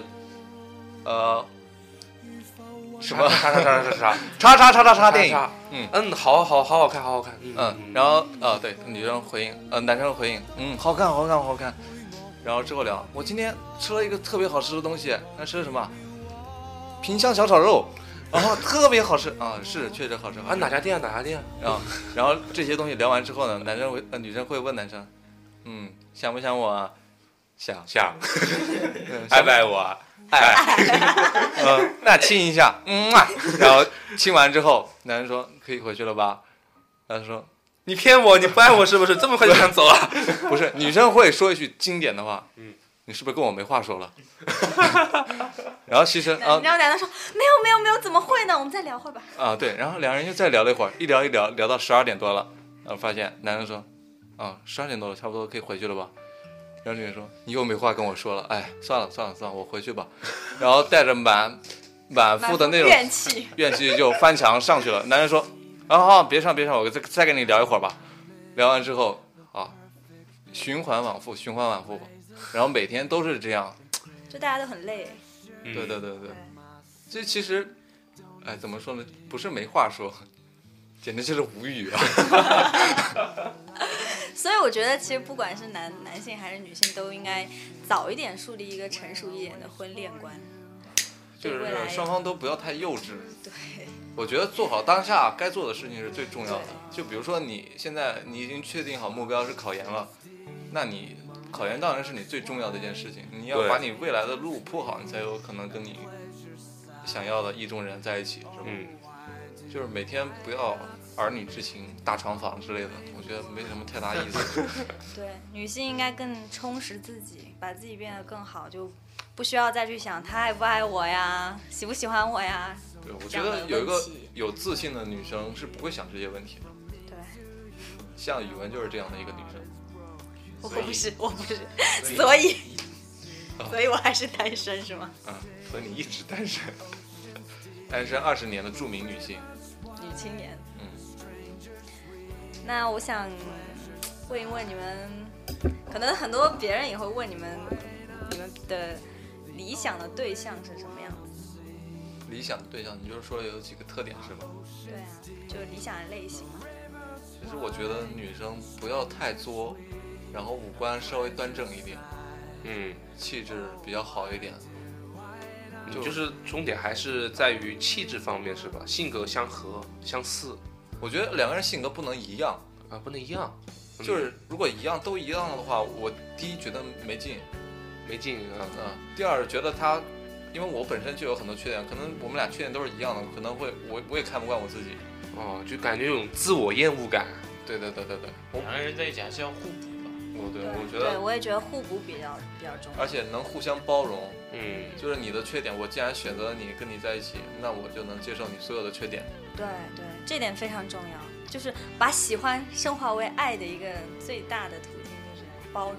S2: 呃什么
S4: 啥啥啥啥啥
S2: 叉叉叉叉叉
S4: 啥
S2: 电影。
S4: 啥
S2: 嗯
S4: 嗯，好好好好看，好好看。
S2: 嗯，然后呃，对，女生回应，呃，男生回应，嗯，好看，好看，好看。然后之后聊，我今天吃了一个特别好吃的东西，那吃的什么？萍乡小炒肉，然后特别好吃啊，是确实好吃
S4: 啊，哪家店啊？哪家店啊？
S2: 然后，然后这些东西聊完之后呢，男生会，呃，女生会问男生，嗯，想不想我啊？想，
S4: 想
S2: 嗯
S4: 爱不爱我啊？爱，
S2: 呃，那亲一下，嗯啊，然后亲完之后，男生说可以回去了吧？男生说
S4: 你骗我，你不爱我是不是？这么快就想走啊？
S2: <laughs> 不是，女生会说一句经典的话，
S4: 嗯
S2: 你是不是跟我没话说了？ <laughs> 然后其实
S5: 然后
S2: 啊
S5: 男的说：“没有没有没有，怎么会呢？我们再聊会儿吧。
S2: 啊对，然后两人又再聊了一会儿，一聊一聊聊到十二点多了，然后发现男生说，啊十二点多了，差不多可以回去了吧？然后女人说你又没话跟我说了，哎算了算了算了，我回去吧。 <laughs> 然后带着满满”腹的那种
S5: 怨气，
S2: 怨气就翻墙上去了。男人说：“啊，好，别上，别上，我再再跟你聊一会儿吧。”聊完之后啊，循环往复，循环往复，然后每天都是这样。
S5: 就大家都很累。嗯
S2: 对对对对，这其实，哎，怎么说呢？不是没话说，简直就是无语啊！
S5: 所以我觉得，其实不管是男男性还是女性，都应该早一点树立一个成熟一点的婚恋观。
S2: 就是
S5: 未来
S2: 双方都不要太幼稚。
S5: 对，
S2: 我觉得做好当下该做的事情是最重要的
S5: 对。
S2: 就比如说你现在你已经确定好目标是考研了，那你考研当然是你最重要的一件事情。你要
S4: 对
S2: 把你未来的路铺好，你才有可能跟你想要的意中人在一起，是吧？
S4: 嗯，
S2: 就是每天不要儿女之情、大床房之类的，我觉得没什么太大意思。
S5: 对，女性应该更充实自己，把自己变得更好，就不需要再去想他爱不爱我呀，喜不喜欢我呀。
S2: 对，我
S5: 这
S2: 觉
S5: 样
S2: 得
S5: 的
S2: 有一个
S5: 问题
S2: 有自信的女生是不会想这些问题的。
S5: 对，
S2: 像语文就是这样的一个女生，
S5: 我
S3: 所以
S5: 不是，我不是，
S2: 所
S5: 所以，所以我还是单身是吗？
S2: 啊，所以你一直单身， <laughs> 单身二十年的著名女性。
S5: 女青年。
S2: 嗯，
S5: 那我想问一问你们，可能很多别人也会问你们，你们的理想的对象是什么样子？
S2: 理想的对象，你就是说有几个特点是吧？
S5: 对啊，就理想的类型嘛。
S2: 其实我觉得女生不要太作，然后五官稍微端正一点，
S4: 嗯，
S2: 气质比较好一点。
S4: 你就是重点还是在于气质方面是吧？性格相合相似
S2: 我觉得两个人性格不能一样，
S4: 啊，不能一样，嗯
S2: 就是如果一样都一样的话，我第一觉得没劲，
S4: 没劲啊。
S2: 嗯、第二觉得他，因为我本身就有很多缺点，可能我们俩缺点都是一样的，可能会我我也看不惯我自己，
S4: 哦，就感觉有种自我厌恶感。
S2: 对对对对对，我
S3: 两个人在一起还是要互补吧。
S4: 我哦对，我觉
S5: 对，
S4: 得，啊
S5: 我也觉得互补比较比较重要。
S2: 而且能互相包容，
S4: 嗯，
S2: 就是你的缺点，我既然选择了你跟你在一起，那我就能接受你所有的缺点。
S5: 对对，这点非常重要，就是把喜欢升华为爱的一个最大的途径就是包容。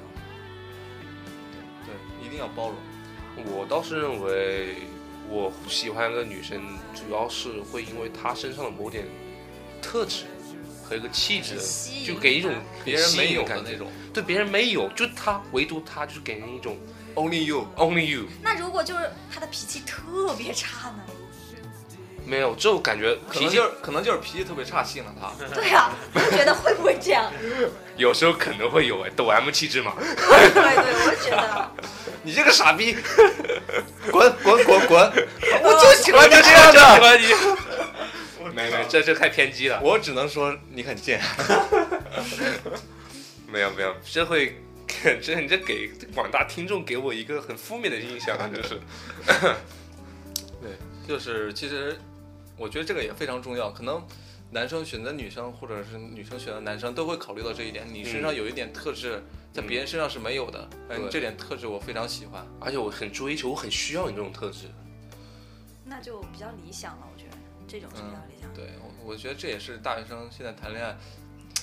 S2: 对，一定要包容。
S4: 嗯我倒是认为，我喜欢一个女生，主要是会因为她身上的某点特质和一个气质
S5: 吸，引
S4: 就给一种
S2: 别人没有的
S4: 很吸引感
S2: 那
S4: 觉。
S2: 种
S4: 对，别人没有，就她，唯独她，就是给人一种
S2: ，Only you。
S4: only you。
S5: 那如果就是他的脾气特别差
S4: <laughs>
S5: 呢？
S4: 没有，这种感觉
S2: 可
S4: 脾
S2: 能
S4: 气
S2: 就是可能就是脾气特别差，吸引了 <laughs> 他。
S5: 对啊，我觉得会不会这样？
S4: 有时候可能会有哎，抖 M 气质嘛。
S5: 对对，我也觉 <laughs> 得
S4: 你这个傻 <laughs> 逼，
S2: 滚滚滚 <laughs> 滚！
S4: 我就
S2: <laughs>
S4: 喜欢你这样的，喜欢你。没没，这这太偏激了。
S2: 我只能说你很贱。
S4: 没有没有，这会，这你这给广大听众给我一个很负面的印象啊，就是。
S2: 对， <laughs> 就是其实我觉得这个也非常重要，可能。男生选择女生，或者是女生选择男生，都会考虑到这一点。你身上有一点特质，在别人身上是没有的。哎，
S4: 对
S2: 这点特质我非常喜欢。
S4: <laughs> 而且我很追求，我很需要你这种特质。
S5: 那就比较理想了。我觉得这种是比较理想的。
S2: 对，我我觉得这也是大学生现在谈恋爱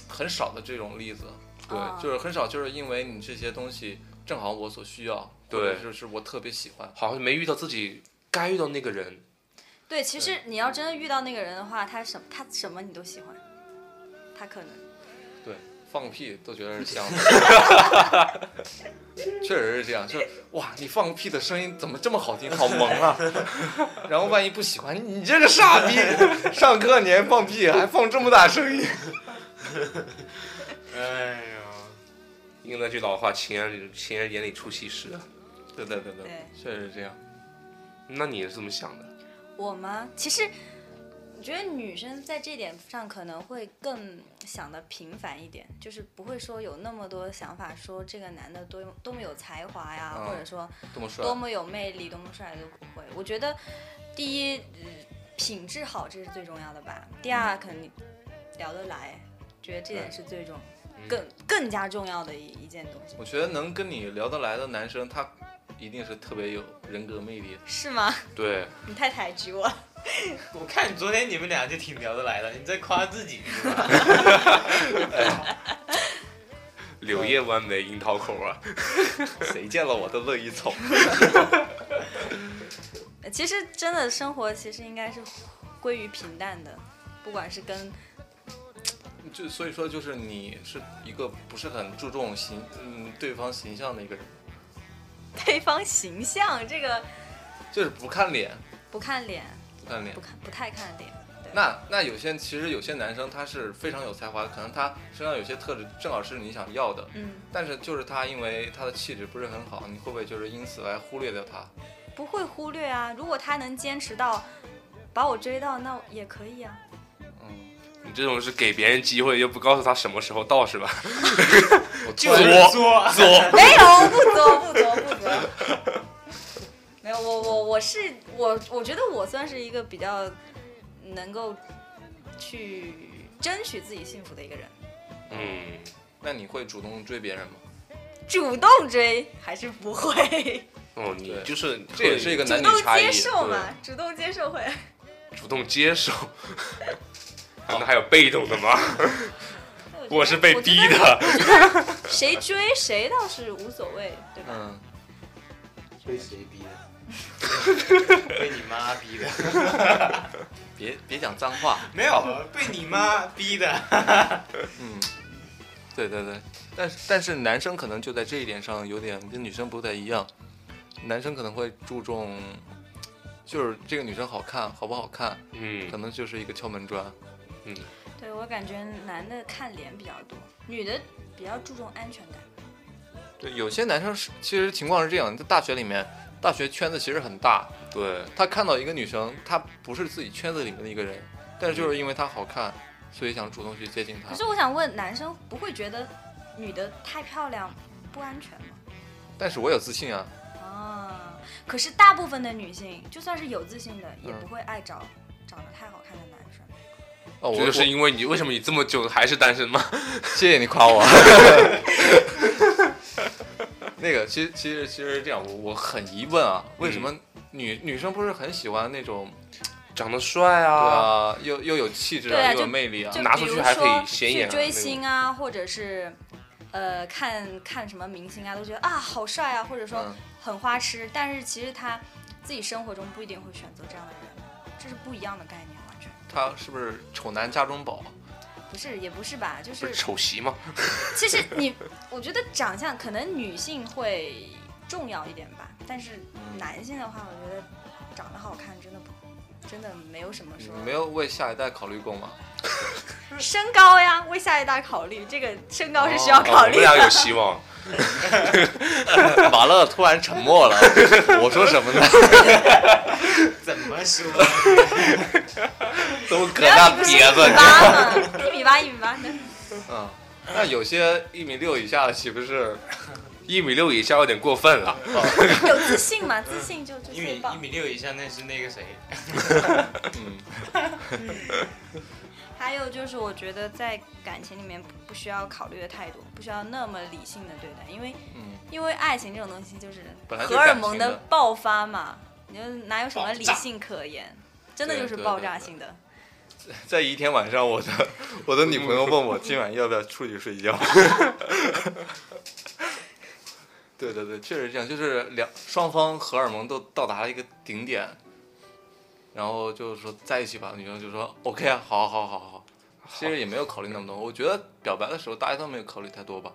S2: 很少的这种例子。
S4: 对
S5: 啊
S2: 嗯就是很少，就是因为你这些东西正好我所需要，
S4: 对
S2: 或者就是我特别喜欢，
S4: 好像没遇到自己该遇到那个人。
S5: 对，其实你要真的遇到那个人的话，他什他什么你都喜欢，他可能
S2: 对，放个屁都觉得是香的， <laughs> 确实是这样，就是哇，你放个屁的声音怎么这么好听，好萌啊！ <laughs> 然后万一不喜欢，你这个傻逼，上课你还放屁，还放这么大声音，
S3: 哎呦，
S4: 应那句老话，情人情人眼里出西施。啊。
S2: 对对对对，
S5: 对
S2: 确实是这样，
S4: 那你是怎么想的？
S5: 我吗？其实我觉得女生在这点上可能会更想的平凡一点，就是不会说有那么多想法，说这个男的多多么有才华呀，
S2: 嗯
S5: 或者说
S2: 多么帅
S5: 多，么有魅力、多么帅都不会。我觉得第一，呃品质好，这是最重要的吧。第二，肯定聊得来，觉得这点是最重、更更加重要的一一件东西，
S2: 我觉得能跟你聊得来的男生，他一定是特别有人格魅力的。
S5: 是吗？ <laughs>
S4: 对，
S5: 你太抬举我了。
S3: 我看昨天你们俩就挺聊得来的，你在夸自己是吧？ <laughs>
S4: 柳叶弯眉樱桃口 <laughs> 啊。
S2: 谁见了我都乐意走。
S5: 其实真的生活其实应该是归于平淡的，不管是跟 <laughs>
S2: 就所以说，就是你是一个不是很注重形嗯对方形象的一个人，
S5: 对方形象这个
S2: 就是不看脸，
S5: 不看脸，
S2: 不看脸
S5: 不。看不太看脸。对
S2: 那那有些其实有些男生他是非常有才华，可能他身上有些特质正好是你想要的，
S5: 嗯，
S2: 但是就是他因为他的气质不是很好，你会不会就是因此来忽略掉他？
S5: 不会忽略啊。如果他能坚持到把我追到，那也可以啊。
S2: 嗯，
S4: 你这种是给别人机会，又不告诉他什么时候到，是吧？
S2: 我
S4: 就
S2: 突然
S4: 是
S3: 作，
S4: 作，
S5: 没有，哎不作不作不作。 <laughs> 没有，我我我是我，我觉得我算是一个比较能够去争取自己幸福的一个人，
S4: 嗯，
S2: 那你会主动追别人吗？
S5: 主动追还是不会，
S4: 哦，你
S2: 对
S4: 就是
S2: 这也是一
S4: 个
S2: 个
S5: <laughs>
S2: 男
S5: 主
S2: 女
S5: 动
S2: 差异
S5: 接。受嘛，主动接受会。
S4: 主动接 <laughs> 受，难道还有被动的吗？ <laughs> <laughs> 我是被逼
S5: 我觉得
S4: 的。
S5: <laughs> 谁追谁倒是无所谓，对吧？
S2: 嗯，
S3: <laughs> 被谁逼的？ <laughs> 被你妈逼 <laughs> 的？
S2: 别别讲脏话。
S3: 没有，被你妈逼的。
S2: 嗯，对对对，但是但是男生可能就在这一点上有点跟女生不太一样，男生可能会注重，就是这个女生好看好不好看，
S4: 嗯
S2: 可能就是一个敲门砖。
S5: 对我感觉男的看脸比较多，女的比较注重安全
S4: 啊
S5: 感。
S2: 对，有些男生是其实情况是这样，在大学里面，大学圈子其实很大，
S4: 对，
S2: 他看到一个女生，他不是自己圈子里面的一个人，但是就是因为她好看，所以想主动去接近她
S5: 可。是我想问，男生不会觉得女的太漂亮不安全吗？
S2: 但是我有自信啊，
S5: 啊，可是大
S4: 嗯
S5: 部分的女性，就算是有自信的，也不会爱找长得太好看的男生。
S2: 哦，我
S4: 这就是
S2: 我
S4: 因为你为什么你这么久还是单身吗？
S2: 谢谢你夸 <laughs> 我。那个，其实其实其实是这样，我我很疑问啊，为什么女、女生不是很喜欢那种
S4: 长得帅
S2: 对
S4: 啊，
S2: 啊，又又有气质
S5: 对啊
S2: 啊，又有
S5: 就
S2: 魅力啊
S5: 就，
S4: 拿
S5: 比
S4: 出去
S5: 如
S4: 还可以
S5: 说
S4: 显眼啊
S5: 去追
S4: 那种
S5: 星啊，或者是呃看看什么明星啊，都觉得啊好帅啊，或者说
S2: 嗯
S5: 很花痴，但是其实他自己生活中不一定会选择这样的人，这是不一样的概念，完全
S2: 她是不是丑男家中宝？
S5: 不是也不是吧？就
S4: 不
S5: 是
S4: 是丑媳嘛？
S5: 其实你，我觉得长相可能女性会重要一点吧，但是男性的话，我觉得长得好看真的不，真的没有什么
S2: 你
S5: 说
S2: 没有为下一代考虑过吗？
S5: 身高呀，为下一代考虑，这个身高是需要
S2: 哦
S5: 考
S4: 哦我
S5: 虑
S4: 们
S5: 的。
S4: 俩有希 <laughs> 望。
S2: <laughs> 完了，突然沉默了，我说什么呢？
S3: 怎么说？
S2: <laughs> 都搁那憋着呢。
S5: 不要你不是一米八吗？一米八，一米八，
S2: 嗯，那有些一米六以下的岂不 <laughs> 是？
S4: 一米六以下有点过分了，
S5: 有自信嘛？自信就就
S3: 一
S5: 最
S3: 米一
S5: 棒。
S3: 米六以下那是那个谁？
S2: 嗯，
S5: 还有就是，我觉得在感情里面不不需要考虑的太多，不需要那么理性的对待，因为
S2: 嗯
S5: 因为爱情这种东西就是
S2: 本来就
S5: 荷
S2: 是
S5: 尔
S2: 感
S5: 蒙
S2: 情的
S5: 爆发嘛，你就哪有什么
S3: 爆
S5: 理
S3: 炸
S5: 性可言？真的
S2: 对
S5: 就是
S2: 对
S5: 爆
S2: 对
S5: 炸
S2: 对
S5: 性的。
S2: 在一天晚上，我
S4: <laughs>
S2: 的我的女朋友问我今晚要不要出去睡觉。 <laughs> 对对对，确实这样，就是两双方荷尔蒙都到达了一个顶点，然后就是说在一起吧。女生就说 OK 啊，好好好好好。其实也没有考虑那么多，我觉得表白的时候大家都没有考虑太多吧。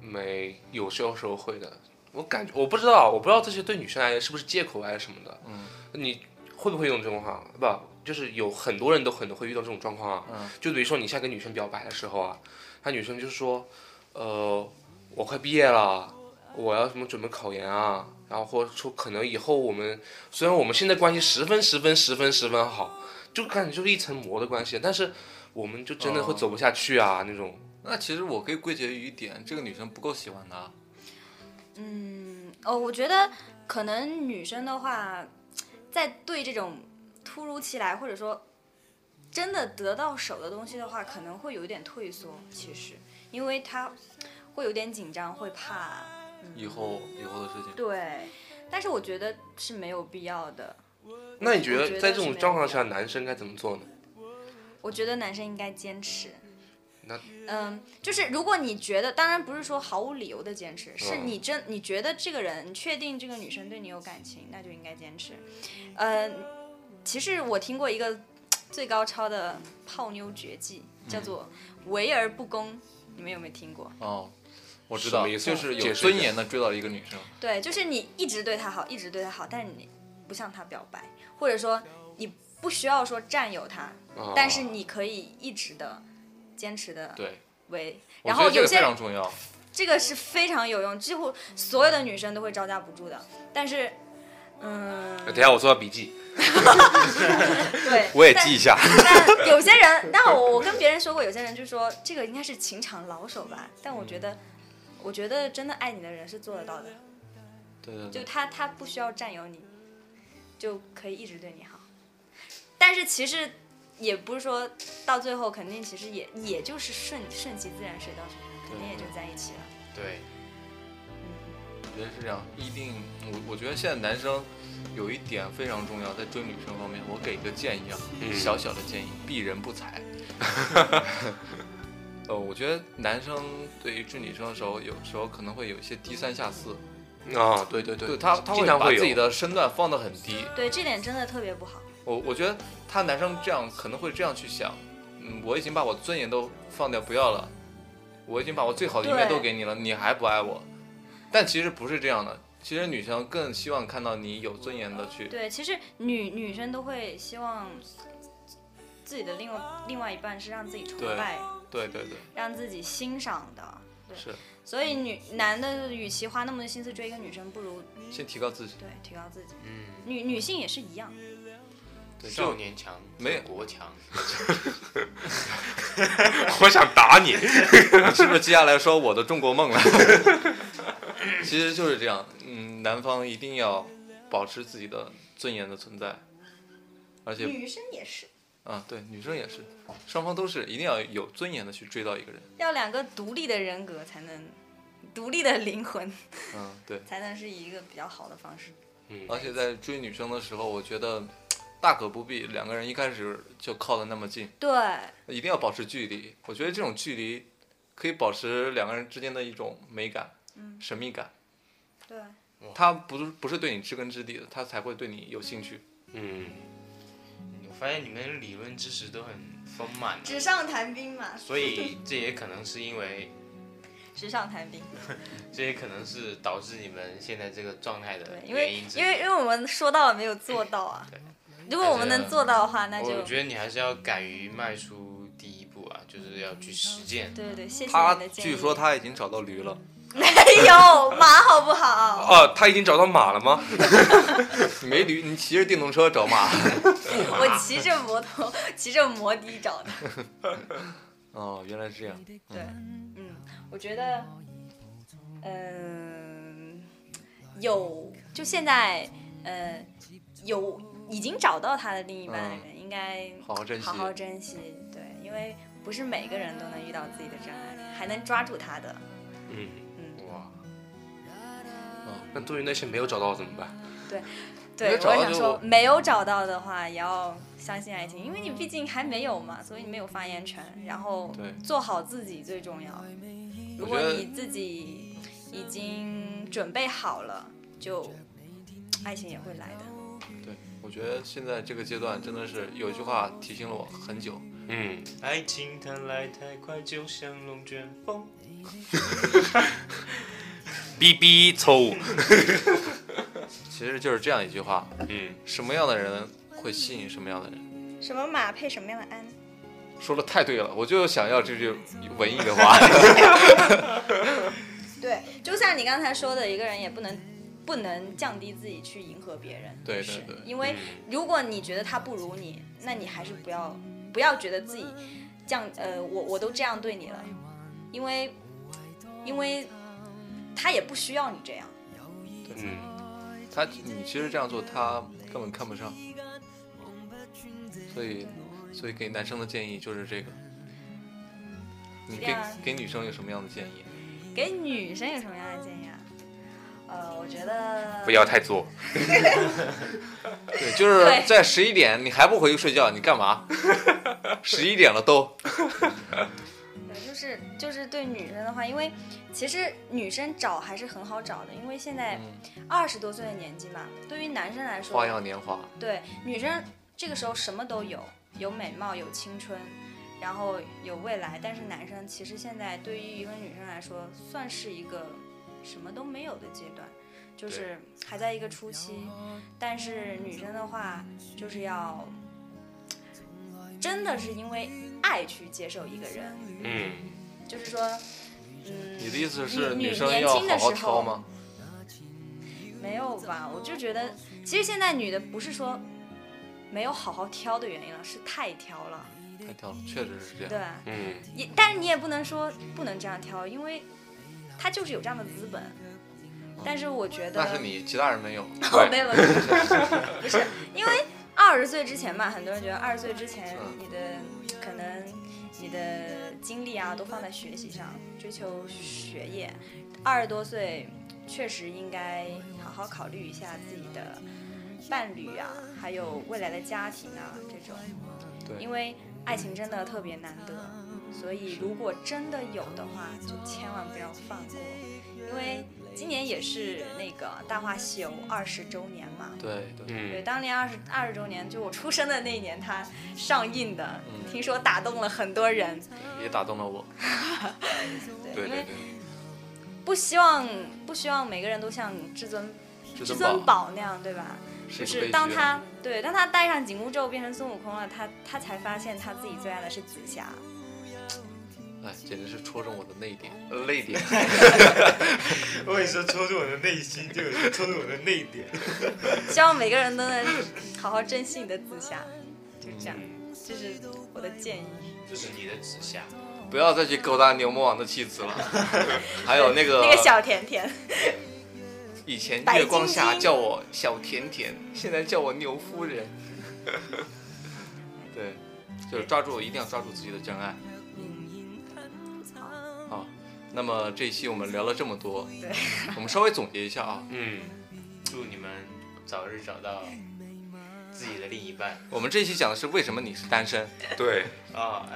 S4: 没有时候时候会的。我感觉我不知道，我不知道这些对女生来说是不是借口啊什么的。
S2: 嗯，
S4: 你会不会有这种哈？不，就是有很多人都可能会遇到这种状况啊。
S2: 嗯，
S4: 就比如说你现在跟女生表白的时候啊，那女生就说，呃，我快毕业了，我要什么准备考研啊，然后或者说可能以后我们虽然我们现在关系十分十分十分十分好，就感觉就是一层膜的关系，但是我们就真的会
S2: 哦
S4: 走不下去啊、那种。
S2: 那其实我可以归结于一点，这个女生不够喜欢他。
S5: 嗯，哦，我觉得可能女生的话，在对这种突如其来或者说真的得到手的东西的话，可能会有点退缩。其实，因为她会有点紧张，会怕。
S2: 以后以后的事情，
S5: 对，但是我觉得是没有必要的。
S4: 那你觉
S5: 我
S4: 得
S5: 觉得
S4: 在这种
S5: 是
S4: 状况下，男生该怎么做呢？
S5: 我觉得男生应该坚持。
S4: 那
S5: 嗯，就是如果你觉得，当然不是说毫无理由的坚持，是
S4: 嗯
S5: 你真你觉得这个人，你确定这个女生对你有感情，那就应该坚持。呃，其实我听过一个最高超的泡妞绝技，叫
S4: 嗯
S5: 做围而不攻，你们有没有听过？
S2: 哦，我知
S4: 什
S2: 道，
S4: 么意思
S2: 就是
S4: 解
S2: 有
S4: 释一
S2: 尊
S4: 下
S2: 严的追到一个女生。
S5: 对，就是你一直对她好，一直对她好，但是你不向她表白，或者说你不需要说占有她，
S4: 啊
S5: 但是你可以一直的坚持的
S2: 对，
S5: 围。
S2: 我
S5: 然
S2: 觉
S5: 后
S2: 得这
S5: 有
S2: 个
S5: 些
S2: 非常重要。
S5: 这个是非常有用，几乎所有的女生都会招架不住的。但是，嗯，
S4: 等一下我做下笔记，
S5: 对，
S2: 一下。
S5: 但。
S2: <laughs>
S5: 但有些人，但我我跟别人说过，有些人就说这个应该是情场老手吧。但我觉
S2: 嗯
S5: 得，我觉得真的爱你的人是做得到的，
S2: 对对
S5: 就
S2: 对，
S5: 他他不需要占有你，就可以一直对你好。但是其实也不是说到最后肯定，其实也也就是顺顺其自然，水到渠成，肯定也就在一起了。
S3: 对，
S2: 我觉得是这样。一定，我我觉得现在男生有一点非常重要，在追女生方面，我给一个建议啊，
S4: 嗯
S2: 小小的建议，避人不
S4: <laughs>
S2: 才。呃，我觉得男生对于追女生的时候，有时候可能会有一些低三下四，
S4: 啊，对对
S2: 对他他
S4: 经
S2: 会
S4: 常
S2: 把
S4: 会有
S2: 自己的身段放得很低，
S5: 对，这点真的特别不好。
S2: 我我觉得他男生这样可能会这样去想，嗯，我已经把我尊严都放掉不要了，我已经把我最好的一面
S5: 对
S2: 都给你了，你还不爱我？但其实不是这样的，其实女生更希望看到你有尊严的去，
S5: 对，其实女女生都会希望自己的另外另外一半是让自己崇
S2: 对
S5: 拜、
S2: 对对对，
S5: 让自己欣赏的。对，
S2: 是
S5: 所以女男的与其花那么多心思追一个女生，不如
S2: 先提高自己，
S5: 对提高自己。
S3: 嗯，
S5: 女女性也是一样，
S2: 对，
S3: 少
S2: 就
S3: 年强，
S2: 没有
S3: 国强，
S4: 我想打你。
S2: <laughs>
S4: <laughs>
S2: 是不是接下来说我的中国梦了？ <laughs> 其实就是这样，嗯，男方一定要保持自己的尊严的存在，而且
S5: 嗯女生也是。
S2: 啊，对，女生也是，双方都是一定要有尊严的去追到一个人。
S5: 要两个独立的人格才能，独立的灵魂
S2: 嗯，对。
S5: 才能是一个比较好的方式。
S4: 嗯，
S2: 而且在追女生的时候，我觉得大可不必两个人一开始就靠得那么近，
S5: 对，
S2: 一定要保持距离。我觉得这种距离可以保持两个人之间的一种美感、
S5: 嗯，
S2: 神秘感。
S5: 对，
S2: 他不是不是对你知根知底的，他才会对你有兴趣。
S4: 嗯，
S3: 我发现你们理论知识都很丰满啊，
S5: 纸上谈兵嘛，
S3: 所以这也可能是因为，
S5: 纸上谈兵。
S3: 这也可能是导致你们现在这个状态的
S5: 对，因为
S3: 原因之一。
S5: 因为因为我们说到了没有做到啊
S3: 对。
S5: 如果我们能做到的话，那就
S3: 我觉得你还是要敢于迈出第一步啊，就是要去实践。
S5: 对对，谢谢
S2: 他
S5: 你的建议。
S2: 据说他已经找到驴了，
S5: <laughs> 没有马好不好？
S4: 哦、他已经找到马了吗？
S2: 你没驴，你骑着电动车找马。 <laughs>
S5: 我骑着摩托，骑着摩的找的。
S2: 哦，原来是这样。
S5: 对，嗯，我觉得，嗯、有就现在，呃，有已经找到他的另一半的人，应该
S2: 好好珍惜
S5: 好好珍惜。对，因为不是每个人都能遇到自己的真爱，还能抓住他的。
S4: 嗯，哦
S3: 哇，
S4: 那对于那些没有找到怎么办？
S5: 对，
S2: 没
S5: 我
S2: 找到
S5: 想
S2: 就
S5: 说，没有找到的话，也要相信爱情，因为你毕竟还没有嘛，所以你没有发言权。然后
S2: 对
S5: 做好自己最重要。如果你自己已经准备好了，就爱情也会来的。
S2: 对，我觉得现在这个阶段真的是有一句话提醒了我很久，
S4: 嗯，
S3: 爱情它来太快，就像龙卷风。
S4: 哔哔抽，
S2: 其实就是这样一句话：
S4: 嗯，
S2: 什么样的人会吸引什么样的人。
S5: 什么马配什么样的鞍？
S2: 说的太对了，我就想要这句文艺的话。
S5: 对，就像你刚才说的，一个人也不能不能降低自己去迎合别人。
S2: 对
S5: 是
S2: 对对嗯
S5: 因为如果你觉得他不如你，那你还是不要不要觉得自己降呃，我我都这样对你了，因为因为他也不需要你这样。
S4: 嗯，
S2: 他你其实这样做，他根本看不上。所以，所以给男生的建议就是这个。你
S5: 这
S2: 给
S5: 样
S2: 给女生有什么样的建议？
S5: 给女生有什么样的建议啊？呃，我觉得
S4: 不要太作，
S2: <laughs> 对，就是
S5: 对
S2: 在十一点你还不回去睡觉，你干
S5: <laughs>
S2: 嘛？十一点了都。
S5: 对，就是就是对女生的话，因为其实女生找还是很好找的，因为现在
S2: 嗯，
S5: 二十多岁的年纪嘛，对于男生来说，
S2: 花样年华，
S5: 对，女生这个时候什么都有，有美貌，有青春，然后有未来。但是男生其实现在对于一个女生来说，算是一个什么都没有的阶段，就是还在一个初期。但是女生的话，就是要真的是因为爱去接受一个人，
S4: 嗯，
S5: 就是说，嗯，
S2: 你的意思是
S5: 女
S2: 女生
S5: 年
S2: 要
S5: 轻的
S2: 好好
S5: 时
S2: 挑
S5: 候
S2: 吗？
S5: 没有吧？我就觉得，其实现在女的不是说没有好好挑的原因了，是太挑了，
S2: 太挑了，确实是这样。
S5: 对。
S4: 嗯，
S5: 也，但是你也不能说不能这样挑，因为他就是有这样的资本。但是我觉得，
S2: 那是你，其他人没有。
S4: 对，
S5: 哦，没有，没有没有 <laughs> 不是因为二十岁之前嘛，很多人觉得二十岁之前
S2: 嗯
S5: 你的可能你的精力啊都放在学习上，追求学业。二十多岁确实应该好好考虑一下自己的伴侣啊，还有未来的家庭啊这种。
S2: 对
S5: 因为爱情真的特别难得，所以如果真的有的话，就千万不要放过，因为今年也是那个《大话西游》二十周年嘛。
S2: 对对，
S5: 对，
S4: 嗯，
S5: 当年二十二十周年，就我出生的那一年，它上映的，
S2: 嗯
S5: 听说打动了很多人。
S2: 也打动了我。
S4: 对
S5: 因
S4: 对
S5: 为
S4: 对，
S5: 不希望不希望每个人都像至尊
S2: 至
S5: 至
S2: 尊
S5: 尊
S2: 宝
S5: 宝那样，对吧？
S2: 是一个
S5: 就
S2: 悲
S5: 是
S2: 剧
S5: 当
S2: 啊
S5: 他对当他戴上紧箍咒变成孙悟空了，他他才发现他自己最爱的是紫霞。
S2: 哎，简直是戳中我的泪点，呃泪点。
S3: <laughs> 我也是戳中我的内心，就是戳中我的泪点。
S5: 希望每个人都能好好珍惜你的紫霞，就是这样，
S2: 嗯
S5: 这是我的建议。
S3: 这是你的指向。
S2: 不要再去勾搭牛魔王的妻子 <laughs> 了。还有那个
S5: 那个小甜甜，
S2: 以前
S5: 白
S2: 月光
S5: 晶
S2: 下
S5: 晶
S2: 叫
S5: <laughs>
S2: 我小甜甜，现在叫我牛夫人。对，就是抓住一定要抓住自己的真爱。好，那么这一期我们聊了这么多，
S5: 对，
S2: 我们稍微总结一下啊，
S4: 嗯，
S3: 祝你们早日找到自己的另一半
S2: 我们这一期讲的是为什么你是单身。
S4: 对，
S3: 啊！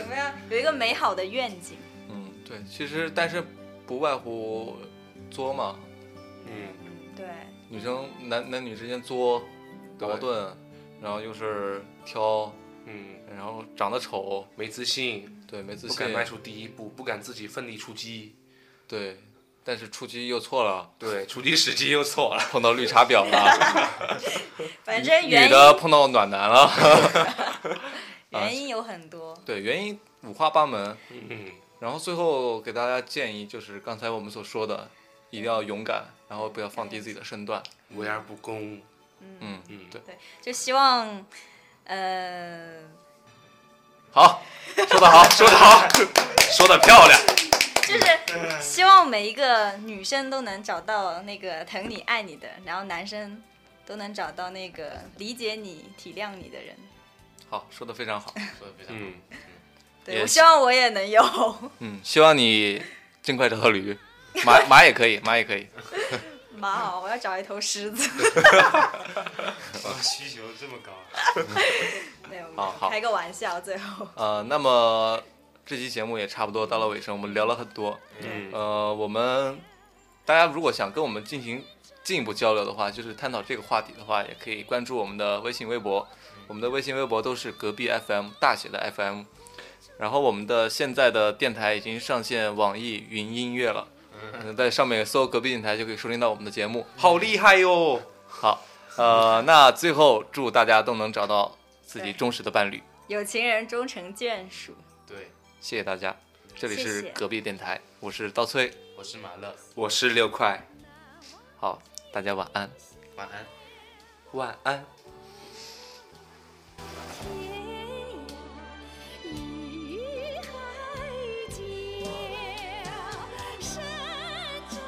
S5: 有没有有一个美好的愿景？
S2: 嗯，对，其实单身不外乎作嘛，
S4: 嗯，
S5: 对，
S2: 女生男男女之间作
S4: 对
S2: 矛，盾，然后又是挑，
S4: 嗯，
S2: 然后长得丑，
S4: 没自信，
S2: 对，没自
S4: 不
S2: 信，
S4: 敢迈出第一步，不敢自己奋力出击，
S2: 对，但是出击又错了，
S4: 对，出击时机又错了，
S2: 碰到绿茶婊
S5: <laughs>
S2: 了，
S5: 反正原
S2: 女
S5: 因
S2: 的啊碰到暖男了， <laughs>
S5: 原因有很多。
S2: 对，原因五花八门。
S4: 嗯，
S2: 然后最后给大家建议就是刚才我们所说的，一定要勇敢，然后不要放低自己的身段。
S4: 为而不恭，
S2: 嗯，
S4: 嗯，
S2: 对
S5: 就希望，呃，
S2: 好，说得好， <laughs> 说得好，
S4: 说的漂亮，
S5: 就是希望每一个女生都能找到那个疼你爱你的，然后男生都能找到那个理解你、体谅你的人。
S2: 好，说的非常好。
S3: 说的非常好。
S4: 嗯，
S5: 对
S2: 也
S5: 我
S2: 是
S5: 希望我也能有。 <laughs>
S2: 嗯，希望你尽快找到驴，马马也可以，马也可以。
S5: 妈好，我要找一头狮子。
S3: 哇，需求这么高，
S5: 对，
S2: <laughs>
S5: 我
S2: 好好
S5: 们开个玩笑，最后
S2: 呃，那么这期节目也差不多到了尾声，我们聊了很多。
S4: 嗯，
S2: 呃，我们大家如果想跟我们进行进一步交流的话，就是探讨这个话题的话，也可以关注我们的微信、微博。我们的微信、微博都是隔壁 FM 大写的 FM。然后我们的现在的电台已经上线网易云音乐了，嗯，在上面搜隔壁电台就可以收听到我们的节目。
S4: 嗯好厉害哟，
S2: 好，呃，那最后祝大家都能找到自己
S5: 对
S2: 忠实的伴侣，
S5: 有情人终成眷属。
S3: 对，
S2: 谢谢大家。这里
S5: 谢
S2: 是
S5: 谢
S2: 隔壁电台，我是刀崔，
S3: 我是马乐，
S4: 我是六块，
S2: 好，大家晚安。
S3: 晚安。
S4: 晚安。
S1: 一海角，神州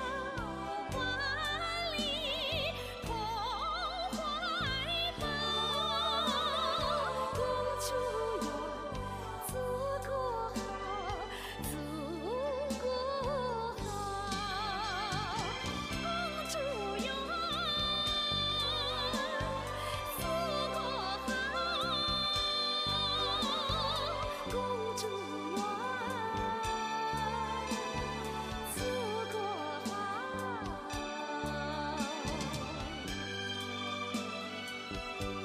S1: 万里同怀抱。共处有祖国好，祖国好，共处有祖国好。共祝愿，祖国好。